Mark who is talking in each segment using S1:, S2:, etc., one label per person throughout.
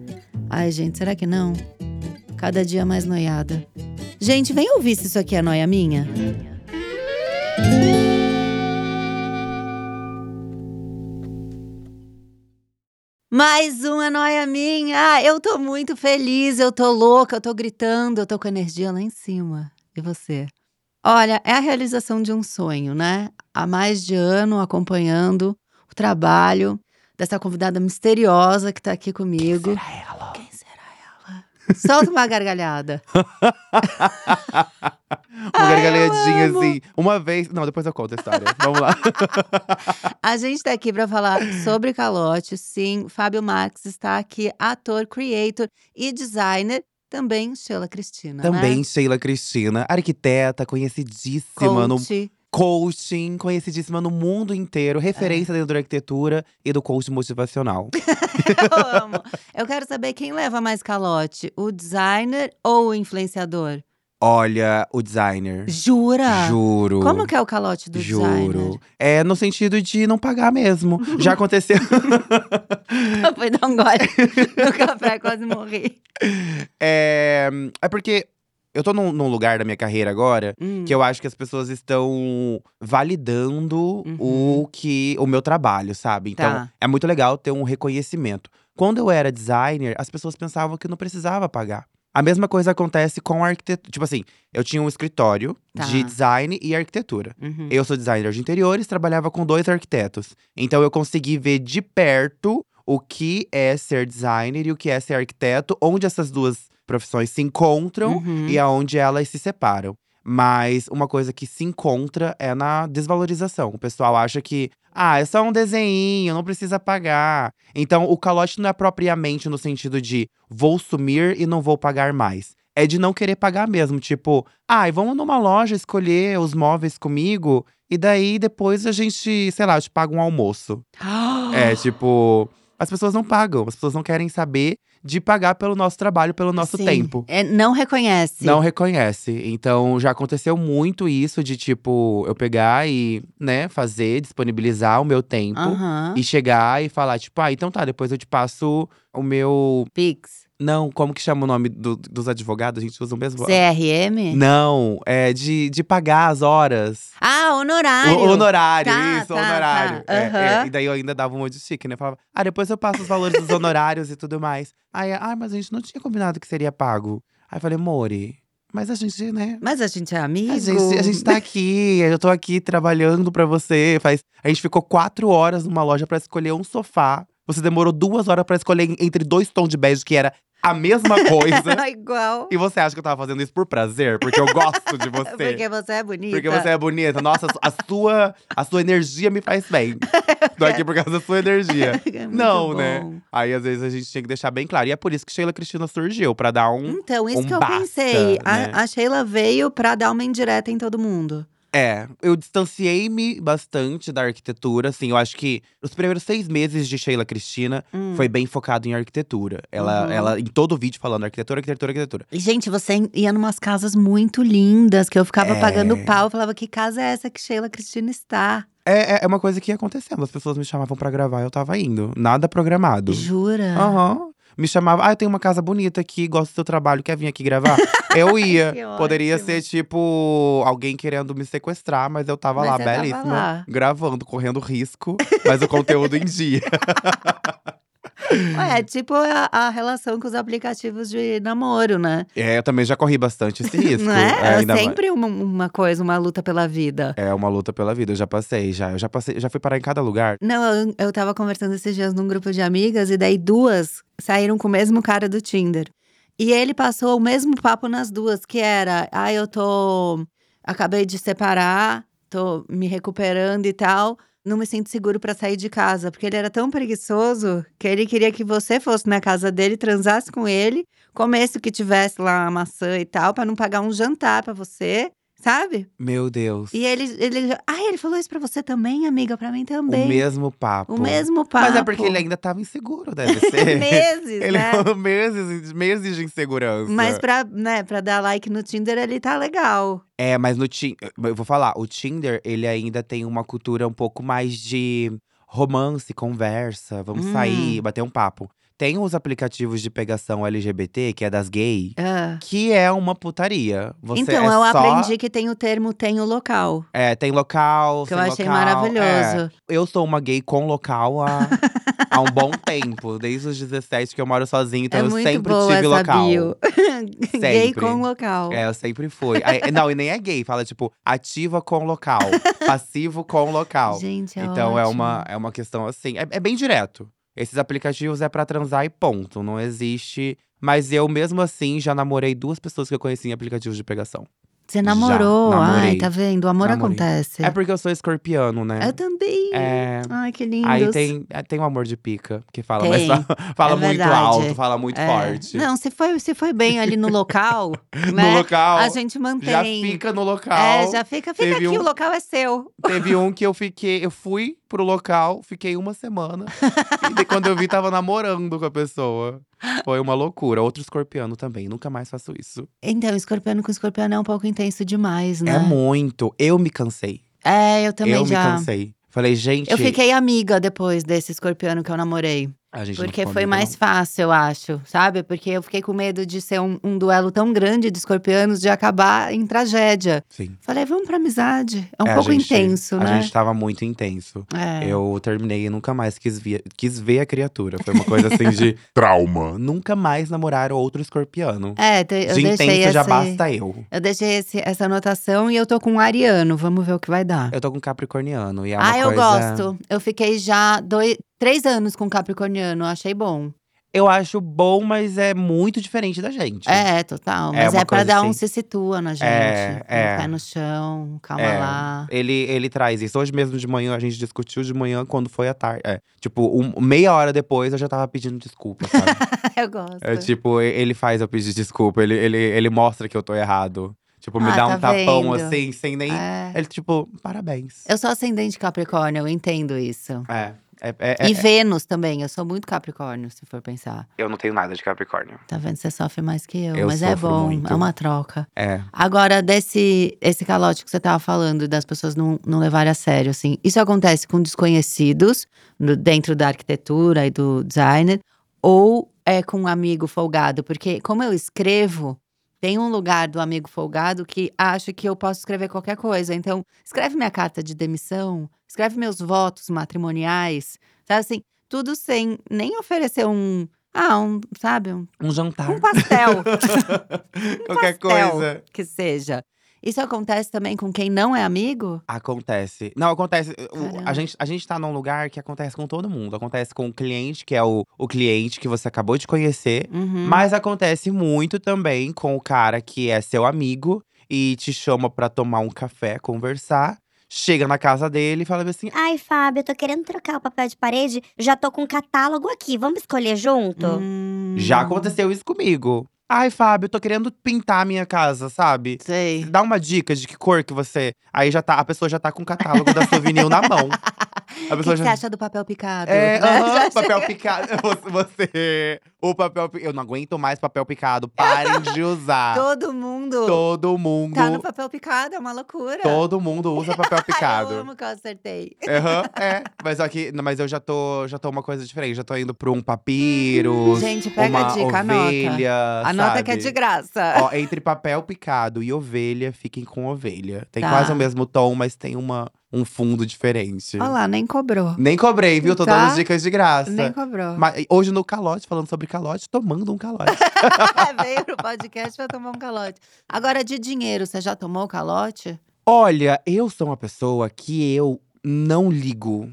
S1: Ai, gente, será que não? Cada dia mais noiada. Gente, vem ouvir se isso aqui é noia minha. Mais uma noia minha! Ah, Eu tô muito feliz, eu tô louca, eu tô gritando, eu tô com energia lá em cima. E você? Olha, é a realização de um sonho, né? Há mais de ano acompanhando o trabalho dessa convidada misteriosa que tá aqui comigo.
S2: Será ela?
S1: Quem será ela? Solta uma gargalhada.
S2: Uma gargalhadinha Um assim. Uma vez. Não, depois eu conto a história. Vamos lá.
S1: A gente tá aqui pra falar sobre calote, sim. Fábio Marques está aqui, ator, creator e designer. Também Sheila Cristina,
S2: Também
S1: né?
S2: Sheila Cristina, arquiteta, conhecidíssima no
S1: Coach.
S2: coaching, conhecidíssima no mundo inteiro,
S1: É.
S2: referência dentro da arquitetura e do coaching motivacional.
S1: Eu amo. Eu quero saber quem leva mais calote, o designer ou o influenciador?
S2: Olha, o designer.
S1: Jura?
S2: Juro.
S1: Como que é o calote do
S2: Juro. É no sentido de não pagar mesmo. Já aconteceu.
S1: designer? Foi dar um gole no café, quase morri.
S2: É, é porque eu tô num, num lugar da minha carreira agora
S1: Hum.
S2: que eu acho que as pessoas estão validando
S1: Uhum.
S2: o que o meu trabalho, sabe? Então
S1: Tá.
S2: é muito legal ter um reconhecimento. Quando eu era designer, as pessoas pensavam que eu não precisava pagar. A mesma coisa acontece com a arquitetura. Tipo assim, eu tinha um escritório
S1: Tá.
S2: de design e arquitetura.
S1: Uhum.
S2: Eu sou designer de interiores, trabalhava com dois arquitetos. Então eu consegui ver de perto o que é ser designer e o que é ser arquiteto, onde essas duas profissões se encontram
S1: Uhum.
S2: e aonde elas se separam. Mas uma coisa que se encontra é na desvalorização. O pessoal acha que, ah, é só um desenho, não precisa pagar. Então, o calote não é propriamente no sentido de vou sumir e não vou pagar mais. É de não querer pagar mesmo. Tipo, ai, vamos numa loja escolher os móveis comigo e daí depois a gente, sei lá, eu te pago um almoço. É, tipo, as pessoas não pagam, as pessoas não querem saber de pagar pelo nosso trabalho, pelo nosso
S1: Sim.
S2: tempo.
S1: É, não reconhece.
S2: Não reconhece. Então já aconteceu muito isso de tipo eu pegar e, né, fazer, disponibilizar o meu tempo
S1: Aham.
S2: e chegar e falar tipo, ah, então tá, depois eu te passo o meu,
S1: Pix.
S2: não, como que chama o nome do- dos advogados? A gente usa o mesmo.
S1: CRM?
S2: Não, é de, de pagar as horas.
S1: Ah, honorário.
S2: O honorário,
S1: Tá,
S2: isso,
S1: tá,
S2: honorário.
S1: tá.
S2: É, é,
S1: Aham.
S2: e daí eu ainda dava um monte de chique, né? Falava, ah, depois eu passo os valores dos honorários e tudo mais. Aí, ah, mas a gente não tinha combinado que seria pago. Aí eu falei, More, mas a gente, né?
S1: Mas a gente é amigo.
S2: A gente, a gente tá aqui, eu tô aqui trabalhando pra você. Faz, a gente ficou quatro horas numa loja pra escolher um sofá. Você demorou duas horas pra escolher entre dois tons de bege, que era a mesma coisa.
S1: igual.
S2: e você acha que eu tava fazendo isso por prazer? Porque eu gosto de você.
S1: Porque você é bonita.
S2: Porque você é bonita. Nossa, a sua, a sua energia me faz bem. Tô aqui por causa da sua energia.
S1: É muito
S2: Não,
S1: bom.
S2: né? Aí, às vezes, a gente tinha que deixar bem claro. E é por isso que Sheila Cristina surgiu, pra dar um…
S1: Então, isso
S2: Um
S1: que eu
S2: basta,
S1: pensei. A-
S2: né?
S1: A, Sheila veio pra dar uma indireta em todo mundo.
S2: É, eu distanciei-me bastante da arquitetura, assim. Eu acho que os primeiros seis meses de Sheila Cristina
S1: Hum.
S2: foi bem focado em arquitetura. Ela,
S1: Uhum.
S2: ela, em todo vídeo, falando arquitetura, arquitetura, arquitetura.
S1: E, Gente, você ia numas casas muito lindas, que eu ficava
S2: É.
S1: pagando pau. Eu falava, que casa é essa que Sheila Cristina está?
S2: É, é, é uma coisa que ia acontecendo. As pessoas me chamavam pra gravar, eu tava indo. Nada programado.
S1: Jura?
S2: Aham. Me chamava, ah, eu tenho uma casa bonita aqui, gosto do seu trabalho, quer vir aqui gravar? eu ia.
S1: Que
S2: Poderia
S1: ótimo.
S2: ser, tipo, alguém querendo me sequestrar, mas eu tava
S1: Mas
S2: lá,
S1: você tava
S2: belíssima.
S1: lá.
S2: Gravando, correndo risco, mas o conteúdo em dia.
S1: Ué, é tipo a, a relação com os aplicativos de namoro, né?
S2: É, eu também já corri bastante esse risco.
S1: Não é? é
S2: ainda mais-
S1: sempre uma, uma coisa, uma luta pela vida.
S2: É uma luta pela vida, eu já passei, já. Eu já passei, já fui parar em cada lugar.
S1: Não, eu, eu tava conversando esses dias num grupo de amigas e daí duas saíram com o mesmo cara do Tinder. E ele passou o mesmo papo nas duas, que era: ah, eu tô. Acabei de separar, tô me recuperando e tal. não me sinto seguro pra sair de casa, porque ele era tão preguiçoso que ele queria que você fosse na casa dele, transasse com ele, comesse o que tivesse lá, a maçã e tal, pra não pagar um jantar pra você, sabe?
S2: Meu Deus.
S1: E ele, ele, ah, ele falou isso pra você também, amiga, pra mim também.
S2: O mesmo papo.
S1: O mesmo papo.
S2: Mas é porque ele ainda tava inseguro, deve ser.
S1: meses,
S2: ele
S1: né?
S2: falou meses, meses de insegurança.
S1: Mas pra, né, pra dar like no Tinder, ele tá legal.
S2: É, mas no Tinder. Eu vou falar, o Tinder, ele ainda tem uma cultura um pouco mais de romance, conversa, vamos
S1: Hum.
S2: sair, bater um papo. Tem os aplicativos de pegação LGBT, que é das gay,
S1: Ah.
S2: que é uma putaria. Você
S1: então,
S2: é
S1: eu
S2: só-
S1: aprendi que tem o termo tem o local.
S2: É, tem local,
S1: Que eu
S2: sem
S1: achei
S2: local, é.
S1: maravilhoso.
S2: Eu sou uma gay com local há, há um bom tempo. Desde os 17 que eu moro sozinha, então
S1: é
S2: eu
S1: muito
S2: sempre
S1: boa
S2: tive
S1: essa
S2: local.
S1: bio. Gay
S2: Sempre.
S1: com local.
S2: É, eu sempre fui. Aí, não, e nem é gay, fala tipo, ativa com local, passivo com local.
S1: Gente, é
S2: então é
S1: ótimo.
S2: uma, é uma questão assim, é, é bem direto. Esses aplicativos é pra transar e ponto, não existe. Mas eu, mesmo assim, já namorei duas pessoas que eu conheci em aplicativos de pegação.
S1: Você namorou. Ai,
S2: namorei.
S1: tá vendo? O amor
S2: Namorei.
S1: acontece.
S2: É porque eu sou escorpiano, né?
S1: Eu também.
S2: É.
S1: Ai, que lindo.
S2: Aí tem, é, tem o amor de pica, que fala,
S1: Tem,
S2: mas fa- fala
S1: é
S2: muito
S1: verdade.
S2: alto, fala muito
S1: É.
S2: forte.
S1: Não, se foi, se foi bem ali no local, né?
S2: No local,
S1: a gente mantém.
S2: já fica no local.
S1: É, já fica, fica
S2: Teve
S1: aqui,
S2: um-
S1: o local é seu.
S2: Teve um que eu fiquei, eu fui pro local, fiquei um uma semana. e de- quando eu vi, tava namorando com a pessoa. Foi uma loucura. Outro escorpiano também, nunca mais faço isso.
S1: Então, escorpião com escorpião é um pouco intenso demais, né?
S2: É muito. Eu me cansei.
S1: É, eu também
S2: eu me
S1: já.
S2: cansei. Falei, gente.
S1: eu fiquei amiga depois desse escorpião que eu namorei.
S2: a gente não
S1: Porque
S2: ficou
S1: foi
S2: amiga,
S1: mais fácil, eu acho, sabe? Porque eu fiquei com medo de ser um, um duelo tão grande de escorpianos de acabar em tragédia.
S2: não. Sim.
S1: Falei, vamos pra amizade. É um
S2: É, a
S1: pouco
S2: gente-
S1: intenso,
S2: A
S1: né?
S2: gente tava muito intenso.
S1: É.
S2: Eu terminei e nunca mais quis, via, quis ver a criatura. Foi uma coisa assim de trauma. Nunca mais namorar outro escorpiano.
S1: É, te- eu
S2: de intenso
S1: deixei
S2: tá já
S1: esse-
S2: basta eu.
S1: Eu deixei esse- essa anotação e eu tô com um ariano. Vamos ver o que vai dar.
S2: Eu tô com capricorniano e é uma
S1: ah, eu
S2: coisa…
S1: gosto. Eu fiquei já dois, três anos com capricorniano. Achei bom.
S2: Eu acho bom, mas é muito diferente da gente.
S1: É, total.
S2: É
S1: Mas é,
S2: uma
S1: pra
S2: coisa
S1: dar um
S2: assim.
S1: se situa na gente.
S2: É,
S1: um
S2: é.
S1: pé no chão, calma
S2: É.
S1: lá.
S2: Ele, ele traz isso. Hoje mesmo de manhã, a gente discutiu de manhã quando foi à tarde. É, tipo, um- meia hora depois eu já tava pedindo desculpa, sabe?
S1: eu gosto.
S2: é, tipo, e- ele faz eu pedir desculpa, ele, ele, ele mostra que eu tô errado. Tipo, me
S1: Ah,
S2: dá um
S1: tá
S2: tapão
S1: vendo?
S2: assim, sem nem.
S1: É.
S2: Ele, tipo, parabéns.
S1: Eu sou ascendente Capricórnio, eu entendo isso.
S2: É. é- é-
S1: e
S2: é-
S1: Vênus também, eu sou muito Capricórnio, se for pensar.
S2: Eu não tenho nada de Capricórnio.
S1: Tá vendo? Você sofre mais que eu,
S2: Eu
S1: mas é
S2: sofro
S1: bom,
S2: muito.
S1: é uma troca.
S2: É.
S1: Agora, desse esse calote que você tava falando, das pessoas não, não levarem a sério, assim. Isso acontece com desconhecidos, no- dentro da arquitetura e do designer, ou é com um amigo folgado? Porque, como eu escrevo, tem um lugar do amigo folgado que acha que eu posso escrever qualquer coisa. Então, escreve minha carta de demissão, escreve meus votos matrimoniais, sabe assim? Tudo sem nem oferecer um. Ah, um, sabe? Um,
S2: Um jantar.
S1: um pastel. Um
S2: Qualquer
S1: pastel.
S2: coisa.
S1: que seja. Isso acontece também com quem não é amigo?
S2: Acontece. Não, acontece. o-
S1: Caramba.
S2: A gente, a gente tá num lugar que acontece com todo mundo. Acontece com o cliente, que é o, o cliente que você acabou de conhecer.
S1: Uhum.
S2: Mas acontece muito também com o cara que é seu amigo e te chama pra tomar um café, conversar. Chega na casa dele e fala assim:
S3: Ai, Fábio, eu tô querendo trocar o papel de parede. Já tô com um catálogo aqui. Vamos escolher junto?
S1: Hum,
S2: Já aconteceu isso comigo. Ai, Fábio, tô querendo pintar a minha casa, sabe?
S1: Sei.
S2: Dá uma dica de que cor que você. Aí já tá, a pessoa já tá com o catálogo da Souvenir na mão. A
S1: O que,
S2: pessoa
S1: que
S2: já.
S1: você acha do papel picado?
S2: É,
S1: Né?
S2: aham,
S1: Já
S2: papel picado. Você, você- O papel picado. Eu não aguento mais papel picado. Parem de usar.
S1: Todo mundo
S2: Todo mundo.
S1: tá no papel picado, é uma loucura.
S2: Todo mundo usa papel
S1: Ai, eu
S2: picado.
S1: amo que eu acertei.
S2: Aham, é. Mas só que. Mas eu já tô, já tô uma coisa diferente. Já tô indo pra um papiro.
S1: Hum, Gente, pega
S2: uma
S1: a dica,
S2: ovelha,
S1: anota. Anota que é
S2: sabe?
S1: de graça.
S2: Ó, entre papel picado e ovelha, fiquem com ovelha. Tem
S1: Tá.
S2: quase o mesmo tom, mas tem uma, um fundo diferente.
S1: Olha lá, nem cobrou.
S2: Nem cobrei, viu? Tô
S1: Tá.
S2: dando dicas de graça.
S1: Nem cobrou.
S2: Mas hoje no calote, falando sobre calote, tomando um calote.
S1: É, Veio pro podcast pra tomar um calote. Agora, de dinheiro, você já tomou calote?
S2: Olha, eu sou uma pessoa que eu não ligo,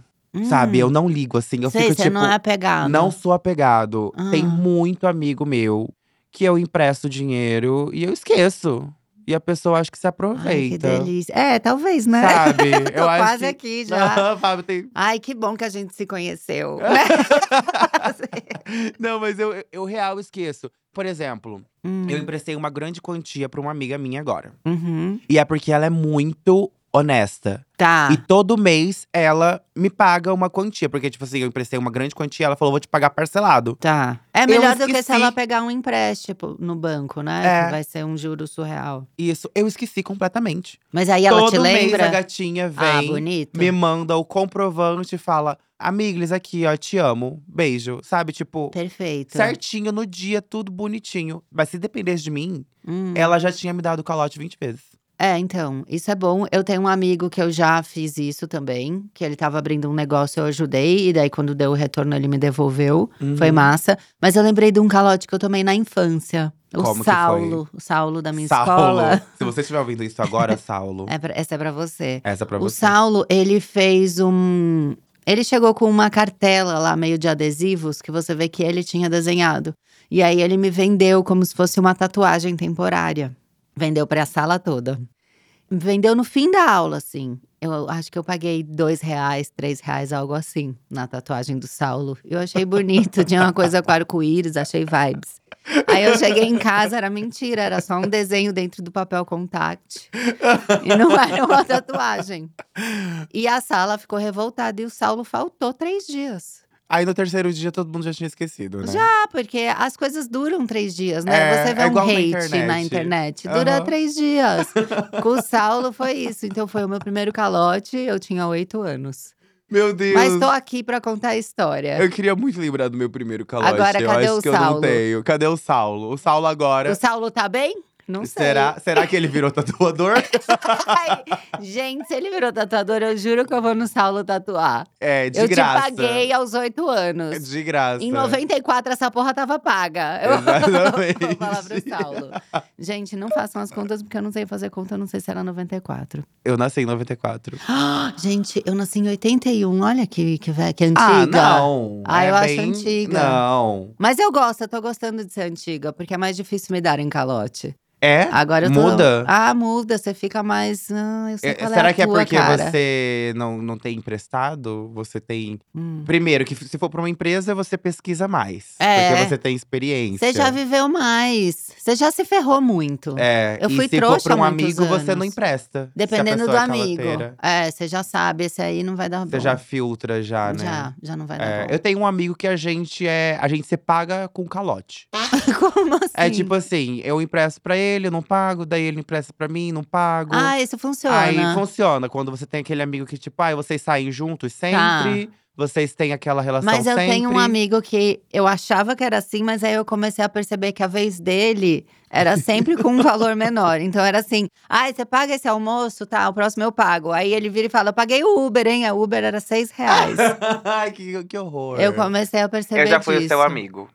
S2: sabe? Eu não ligo, assim. Eu
S1: Hum. sei,
S2: fico
S1: você
S2: tipo,
S1: não é apegado.
S2: não sou apegado.
S1: Ah.
S2: Tem muito amigo meu que eu empresto dinheiro e eu esqueço. E a pessoa acho que se
S1: Ai, que
S2: aproveita.
S1: delícia. É, talvez, né?
S2: Sabe?
S1: Tô
S2: Eu acho
S1: quase
S2: que...
S1: aqui já.
S2: Não, Fábio, tem.
S1: Ai, que bom que a gente se conheceu.
S2: Não, mas eu, eu real esqueço. Por exemplo,
S1: Hum,
S2: eu emprestei uma grande quantia pra uma amiga minha agora.
S1: uhum.
S2: E é porque ela é muito honesta.
S1: Tá.
S2: E todo mês ela me paga uma quantia. Porque, tipo assim, eu emprestei uma grande quantia, ela falou, vou te pagar parcelado.
S1: Tá. É melhor do que se
S2: esqueci.
S1: ela pegar um empréstimo no banco, né?
S2: É.
S1: Que vai ser um juro surreal.
S2: Isso, eu esqueci completamente.
S1: Mas aí ela
S2: todo
S1: te lembra.
S2: mês a gatinha
S1: ah,
S2: vem,
S1: bonito.
S2: me manda o comprovante e fala: Amigles, aqui, ó, te amo, beijo. Sabe, tipo,
S1: Perfeito.
S2: certinho no dia, tudo bonitinho. Mas se dependesse de mim,
S1: Hum.
S2: ela já tinha me dado o calote 20 vezes.
S1: É, então, isso é bom. Eu tenho um amigo que eu já fiz isso também, que ele tava abrindo um negócio, eu ajudei, e daí quando deu o retorno ele me devolveu.
S2: Uhum.
S1: Foi massa. Mas eu lembrei de um calote que eu tomei na infância. O
S2: Como que foi?
S1: Saulo, o Saulo da minha
S2: Saulo,
S1: escola.
S2: se você estiver ouvindo isso agora, Saulo,
S1: É pra- essa é pra você.
S2: essa é pra
S1: O
S2: você.
S1: Saulo, ele fez um. Ele chegou com uma cartela lá, meio de adesivos, que você vê que ele tinha desenhado. E aí ele me vendeu como se fosse uma tatuagem temporária. Vendeu pra sala toda. Vendeu no fim da aula, assim. Eu acho que eu paguei dois reais, três reais, algo assim, na tatuagem do Saulo. Eu achei bonito, tinha uma coisa com arco-íris, achei vibes. Aí eu cheguei em casa, era mentira, era só um desenho dentro do papel contact. E não era uma tatuagem. E a sala ficou revoltada e o Saulo faltou três dias.
S2: Aí no terceiro dia todo mundo já tinha esquecido, né?
S1: Ah, porque as coisas duram três dias, né?
S2: É,
S1: Você vê
S2: é
S1: um
S2: igual na
S1: hate na
S2: internet.
S1: internet, dura
S2: Aham.
S1: três dias. Com o Saulo foi isso. Então foi o meu primeiro calote, eu tinha oito anos.
S2: Meu Deus.
S1: Mas tô aqui pra contar a história.
S2: Eu queria muito lembrar do meu primeiro calote.
S1: É. Agora,
S2: eu
S1: cadê
S2: acho
S1: o
S2: que eu
S1: Saulo?
S2: não tenho. Cadê o Saulo? O Saulo agora.
S1: O Saulo tá bem? Não sei.
S2: será, será que ele virou tatuador?
S1: Ai, gente, se ele virou tatuador, eu juro que eu vou no Saulo tatuar.
S2: É, de
S1: eu
S2: graça.
S1: te paguei aos oito anos.
S2: É De graça.
S1: Em 94, essa porra tava paga. Eu
S2: Exatamente.
S1: vou falar pro Saulo. Gente, não façam as contas, porque eu não sei fazer conta, eu não sei se era 94.
S2: Eu nasci em 94.
S1: Ah, Gente, eu nasci em 81, olha que, que, ve- que antiga.
S2: Ah, não.
S1: Ah,
S2: É
S1: eu acho
S2: bem-
S1: antiga.
S2: Não.
S1: Mas eu gosto, eu tô gostando de ser antiga, porque é mais difícil me dar em calote.
S2: É?
S1: Agora eu tô…
S2: Muda?
S1: Ah, muda, você fica mais… Ah, eu sei
S2: É,
S1: qual é
S2: será
S1: a
S2: que é
S1: tua,
S2: porque
S1: cara.
S2: você não, não tem emprestado? Você tem.
S1: Hum.
S2: Primeiro, que se for pra uma empresa, você pesquisa mais.
S1: É.
S2: Porque você tem experiência.
S1: Você já viveu mais, você já se ferrou muito.
S2: É,
S1: Eu
S2: e
S1: fui
S2: se for
S1: trouxa
S2: pra um
S1: há muitos
S2: amigo, você não
S1: anos.
S2: empresta. se a
S1: Dependendo do
S2: pessoa é
S1: amigo.
S2: caloteira.
S1: É, você já sabe, esse aí não vai dar
S2: Você
S1: bom.
S2: já filtra, já, né?
S1: Já, já não vai dar
S2: É,
S1: bom.
S2: eu tenho um amigo que a gente é. A gente se paga com calote.
S1: Como assim?
S2: É tipo assim, eu empresto pra ele, eu não pago, daí ele empresta pra mim, não pago.
S1: Ah, isso funciona.
S2: Aí funciona quando você tem aquele amigo que, tipo, ah, vocês saem juntos sempre, vocês têm aquela relação
S1: Tá. mas eu
S2: sempre.
S1: tenho um amigo que eu achava que era assim, mas aí eu comecei a perceber que a vez dele era sempre com um valor menor. Então era assim: ai, você paga esse almoço, tá? O próximo eu pago. Aí ele vira e fala: eu paguei o Uber, hein? A Uber era seis reais.
S2: Ai, que, que horror.
S1: eu comecei a perceber.
S2: Eu já fui o seu
S1: disso.
S2: amigo.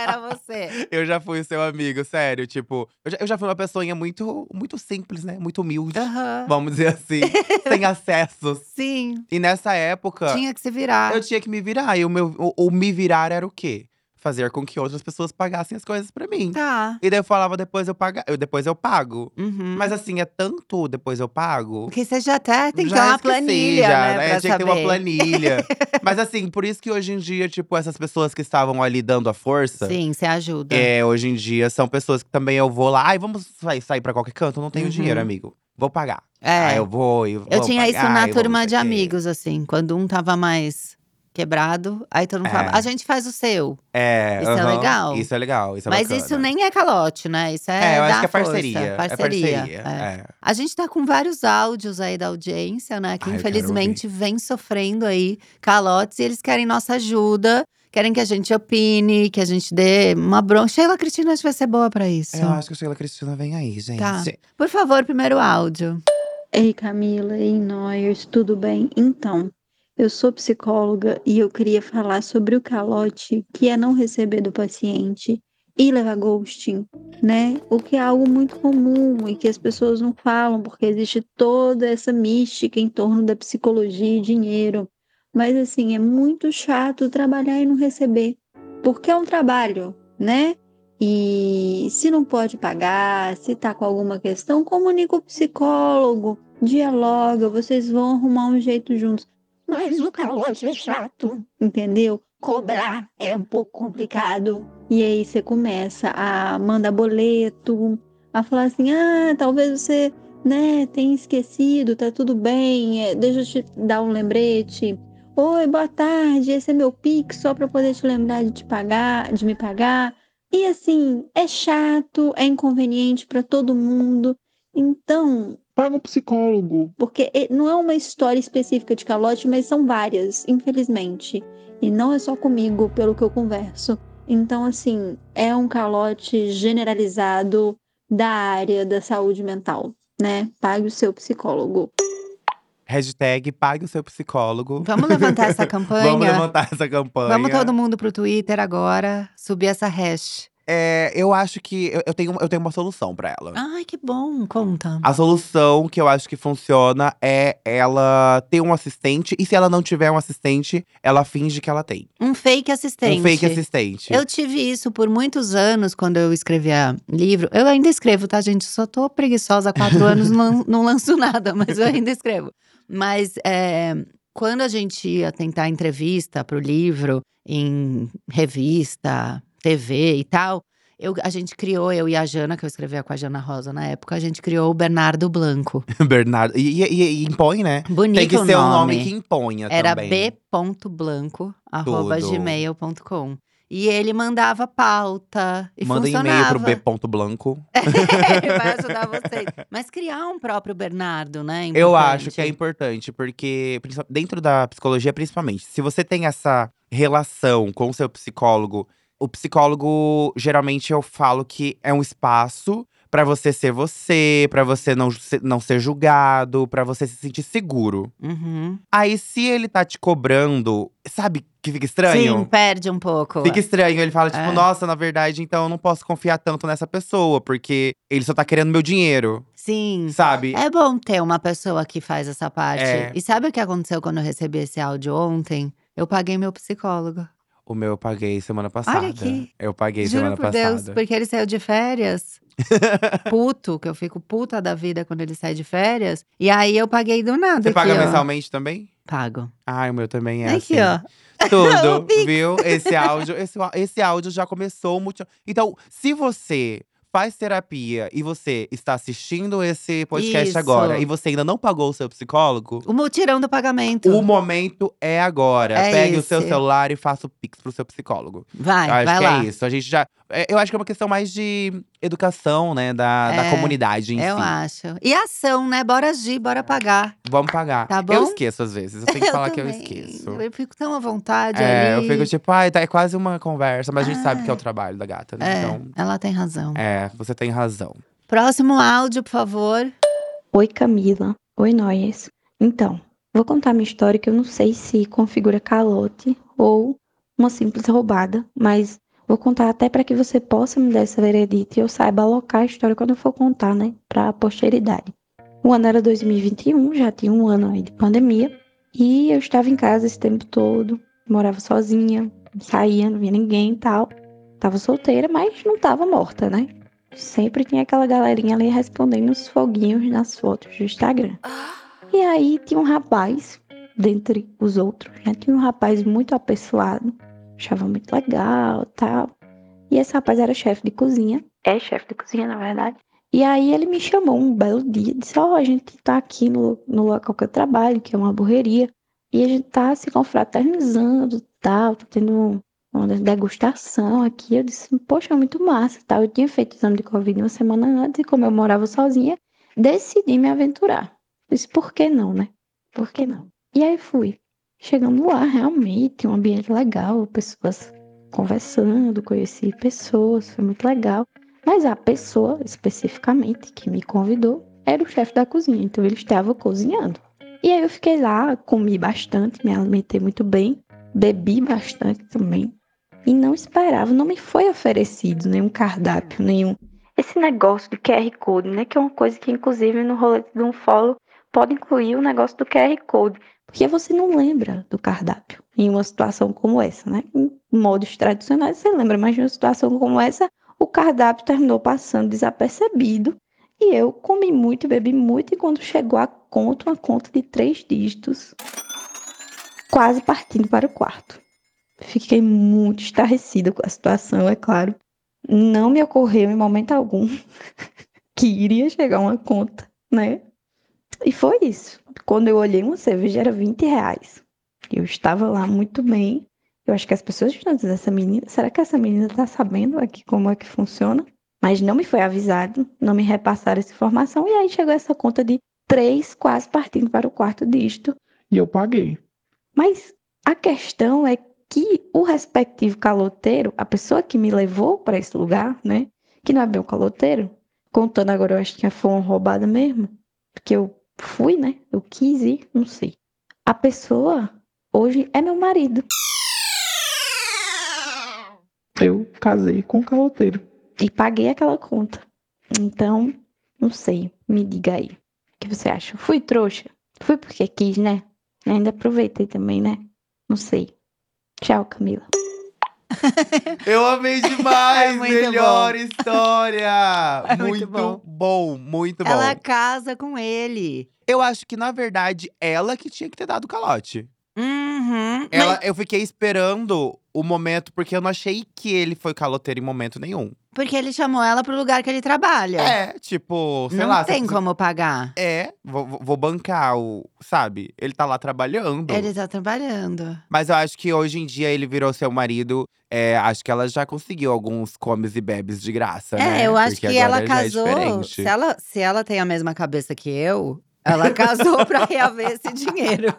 S1: era você.
S2: Eu já fui o seu amigo, sério. Tipo, eu já, eu já fui uma pessoinha muito, muito simples, né? Muito humilde.
S1: Aham.
S2: Vamos dizer assim. sem acessos.
S1: Sim,
S2: E nessa época,
S1: tinha que se virar.
S2: eu tinha que me virar. E o meu o, o me virar era o quê? Fazer com que outras pessoas pagassem as coisas pra mim.
S1: Tá.
S2: E daí eu falava, depois eu, paga, eu, depois eu pago.
S1: Uhum.
S2: Mas assim, é tanto depois eu pago.
S1: Porque você já até tem que
S2: já
S1: ter uma
S2: esqueci,
S1: planilha,
S2: já,
S1: né? pra
S2: Tinha que ter uma
S1: saber.
S2: planilha. Mas assim, por isso que hoje em dia, tipo, essas pessoas que estavam ali dando a força.
S1: Sim, você ajuda.
S2: É, hoje em dia são pessoas que também eu vou lá, ai, vamos sair, sair pra qualquer canto, não tenho
S1: Uhum.
S2: dinheiro, amigo. Vou pagar.
S1: É.
S2: Ah, eu vou. Eu,
S1: Eu
S2: vou
S1: tinha isso
S2: pagar,
S1: na
S2: eu vou
S1: turma
S2: não
S1: de
S2: sei o quê.
S1: amigos, assim. Quando um tava mais quebrado, aí todo mundo
S2: É.
S1: falava, a gente faz o seu.
S2: É,
S1: Isso é
S2: aham,
S1: legal.
S2: Isso é legal, isso é
S1: Mas
S2: bacana.
S1: isso nem é calote, né? Isso é,
S2: É, eu acho
S1: dar
S2: que é
S1: força,
S2: parceria. É
S1: Parceria.
S2: parceria.
S1: é.
S2: É.
S1: A gente tá com vários áudios aí da audiência, né? Que
S2: Ai, Ah, eu quero
S1: infelizmente vem sofrendo aí calotes e eles querem nossa ajuda. Querem que a gente opine, que a gente dê uma bronca. Sheila Cristina acho que vai ser boa pra isso.
S2: É, Eu acho que a Sheila Cristina vem aí, gente.
S1: Tá. Por favor, primeiro áudio.
S4: Ei, Camila, ei, Noyers, tudo bem? Então, eu sou psicóloga e eu queria falar sobre o calote, que é não receber do paciente e levar ghosting, né? O que é algo muito comum e que as pessoas não falam, porque existe toda essa mística em torno da psicologia e dinheiro. Mas, assim, é muito chato trabalhar e não receber, porque é um trabalho, né? E se não pode pagar, se tá com alguma questão, comunica o psicólogo, dialoga, vocês vão arrumar um jeito juntos,
S5: Mas o calote é chato.
S4: entendeu?
S5: Cobrar é um pouco complicado.
S4: E aí você começa a mandar boleto, a falar assim: ah, talvez você né, tenha esquecido, tá tudo bem, é, deixa eu te dar um lembrete. Oi, boa tarde, esse é meu Pix, só pra eu poder te lembrar de te pagar, de me pagar. E assim, é chato, é inconveniente pra todo mundo. Então,
S6: Paga um psicólogo.
S4: porque e- não é uma história específica de calote, mas são várias, infelizmente. E não é só comigo, pelo que eu converso. Então, assim, é um calote generalizado da área da saúde mental, né? Pague o seu psicólogo.
S2: Hashtag pague o seu psicólogo.
S1: Vamos levantar essa campanha?
S2: Vamos levantar essa campanha.
S1: Vamos todo mundo pro Twitter agora, subir essa hash.
S2: É, eu acho que eu, eu tenho, eu tenho uma solução pra ela.
S1: Ai, que bom, conta.
S2: A solução que eu acho que funciona é ela ter um assistente. E se ela não tiver um assistente, ela finge que ela tem.
S1: Um fake assistente.
S2: Um fake assistente.
S1: Eu tive isso por muitos anos quando eu escrevia livro. Eu ainda escrevo, tá, gente? Só tô preguiçosa há quatro anos, não, não lanço nada, mas eu ainda escrevo. Mas é, quando a gente ia tentar entrevista pro livro, em revista, TV e tal, eu- a gente criou, eu e a Jana, que eu escrevia com a Jana Rosa na época, a gente criou o Bernardo Blanco.
S2: Bernardo. E, e- e impõe, né?
S1: Bonito
S2: Tem que
S1: o
S2: ser
S1: nome.
S2: um nome que imponha
S1: Era
S2: também. Tudo.
S1: b.blanco.gmail.com. E ele mandava pauta e
S2: Manda um
S1: funcionava. É,
S2: e-mail pro B. Ponto Blanco.
S1: Vai ajudar vocês. Mas criar um próprio Bernardo, né? é
S2: Eu acho que é
S1: importante.
S2: importante, porque princi- dentro da psicologia, principalmente, se você tem essa relação com o seu psicólogo, o psicólogo, geralmente, eu falo que é um espaço pra você ser você, pra você não, ju- ser- não ser julgado, pra você se sentir seguro.
S1: Uhum.
S2: Aí, se ele tá te cobrando, sabe que fica estranho?
S1: Sim, perde um pouco.
S2: Fica estranho, ele fala, tipo,
S1: É.
S2: nossa, na verdade, então eu não posso confiar tanto nessa pessoa, porque ele só tá querendo meu dinheiro,
S1: Sim.
S2: sabe?
S1: É bom ter uma pessoa que faz essa parte.
S2: É.
S1: E sabe o que aconteceu quando eu recebi esse áudio ontem? Eu paguei meu psicólogo.
S2: O meu eu paguei semana passada.
S1: aqui.
S2: Eu paguei
S1: Juro
S2: semana
S1: por
S2: passada.
S1: Deus, porque ele saiu de férias. Puto, que eu fico puta da vida quando ele sai de férias. E aí eu paguei do nada.
S2: Você
S1: aqui,
S2: paga
S1: ó.
S2: mensalmente também?
S1: Pago.
S2: Ai, o meu também é.
S1: aqui,
S2: assim.
S1: ó. O
S2: Tudo,
S1: Pix.
S2: viu? Esse áudio, esse, á- esse áudio já começou muito. Então, se você faz terapia e você está assistindo esse podcast
S1: Isso.
S2: agora e você ainda não pagou o seu psicólogo,
S1: O multirão do pagamento.
S2: o momento é agora.
S1: É
S2: Pegue o
S1: esse.
S2: seu celular e faça o pix pro seu psicólogo.
S1: Vai,
S2: eu acho
S1: vai
S2: que
S1: lá.
S2: é isso. A gente já. é, Eu acho que é uma questão mais de educação, né? Da, da
S1: É,
S2: comunidade em
S1: Eu
S2: si. É.
S1: acho. E ação, né? Bora agir, bora pagar.
S2: Vamos pagar.
S1: Tá
S2: Eu
S1: bom?
S2: esqueço às vezes. Eu tenho que falar que eu esqueço.
S1: Eu fico tão à vontade
S2: É, eu
S1: ali.
S2: fico tipo, ai, tá, é quase uma conversa, mas a gente sabe que é o
S1: Ai.
S2: trabalho da gata, né?
S1: É,
S2: Então,
S1: ela tem razão.
S2: é, você tem razão.
S1: Próximo áudio, por favor.
S7: Oi, Camila. Oi, Noias. Então, vou contar minha história que eu não sei se configura calote ou uma simples roubada, mas vou contar até para que você possa me dar essa veredita e eu saiba alocar a história quando eu for contar, né, para a posteridade. O ano era 2021, já tinha um ano aí de pandemia, e eu estava em casa esse tempo todo, morava sozinha, não saía, não via ninguém e tal. Tava solteira, mas não tava morta, né? Sempre tinha aquela galerinha ali respondendo os foguinhos nas fotos do Instagram. E aí tinha um rapaz, dentre os outros, né? Tinha um rapaz muito apessoado, achava muito legal tal. E esse rapaz era chefe de cozinha, é chefe de cozinha, na verdade. E aí ele me chamou um belo dia, disse, ó, a gente tá aqui no, no local que eu trabalho, que é uma burreria, e a gente tá se confraternizando tal, tá tendo um uma degustação aqui. Eu disse, poxa, muito massa e tal. Eu tinha feito o exame de Covid uma semana antes e como eu morava sozinha, decidi me aventurar. Disse, por que não, né? Por que não? E aí fui. Chegando lá, realmente, um ambiente legal, pessoas conversando, conheci pessoas, foi muito legal. Mas a pessoa, especificamente, que me convidou, era o chefe da cozinha, então ele estava cozinhando. E aí eu fiquei lá, comi bastante, me alimentei muito bem, bebi bastante também, e não esperava, não me foi oferecido nenhum cardápio, nenhum. Esse negócio do QR Code, né? Que é uma coisa que, inclusive, no rolete do Unfollow pode incluir o negócio do QR Code. Porque você não lembra do cardápio em uma situação como essa, né? Em modos tradicionais você lembra, mas numa situação como essa, O cardápio terminou passando desapercebido e eu comi muito e bebi muito. E quando chegou a conta, uma conta de três dígitos, quase partindo para o quarto. Fiquei muito estarrecida com a situação, é claro. Não me ocorreu em momento algum que iria chegar uma conta, né? E foi isso. Quando eu olhei uma cerveja era 20 reais. Eu estava lá muito bem. Eu acho que as pessoas estão dizendo, essa menina, será que essa menina está sabendo aqui como é que funciona? Mas não me foi avisado, não me repassaram essa informação. E aí chegou essa conta de três quase partindo para o quarto dígito.
S6: E eu paguei.
S7: Mas a questão é que o respectivo caloteiro, a pessoa que me levou para esse lugar, né? Que não é bem o caloteiro, contando agora, eu acho que foi uma roubada mesmo. Porque eu fui, né? Eu quis ir, não sei. A pessoa hoje é meu marido.
S6: Eu casei com o caloteiro.
S7: E paguei aquela conta. Então, não sei. Me diga aí. O que você acha? Fui trouxa? Fui porque quis, né? Ainda aproveitei também, né? Não sei. Tchau, Camila.
S2: Eu amei demais!
S1: É muito
S2: Melhor história!
S1: É muito
S2: muito
S1: bom.
S2: bom. muito bom.
S1: Ela casa com ele.
S2: Eu acho que, na verdade, ela que tinha que ter dado o calote.
S1: Uhum.
S2: Ela,
S1: Mas-
S2: Eu fiquei esperando o momento, porque eu não achei que ele foi caloteiro em momento nenhum.
S1: porque ele chamou ela pro lugar que ele trabalha.
S2: É, tipo, sei
S1: Não
S2: lá.
S1: tem
S2: se-
S1: como pagar.
S2: É, vou, vou- vou bancar o. Sabe? Ele tá lá trabalhando.
S1: Ele tá trabalhando.
S2: Mas eu acho que hoje em dia ele virou seu marido. é, acho que ela já conseguiu alguns comes e bebes de graça. né?
S1: É, eu acho
S2: Porque
S1: que
S2: agora
S1: ela
S2: já é
S1: casou.
S2: diferente.
S1: se, ela, se ela tem a mesma cabeça que eu, ela casou pra reaver esse dinheiro,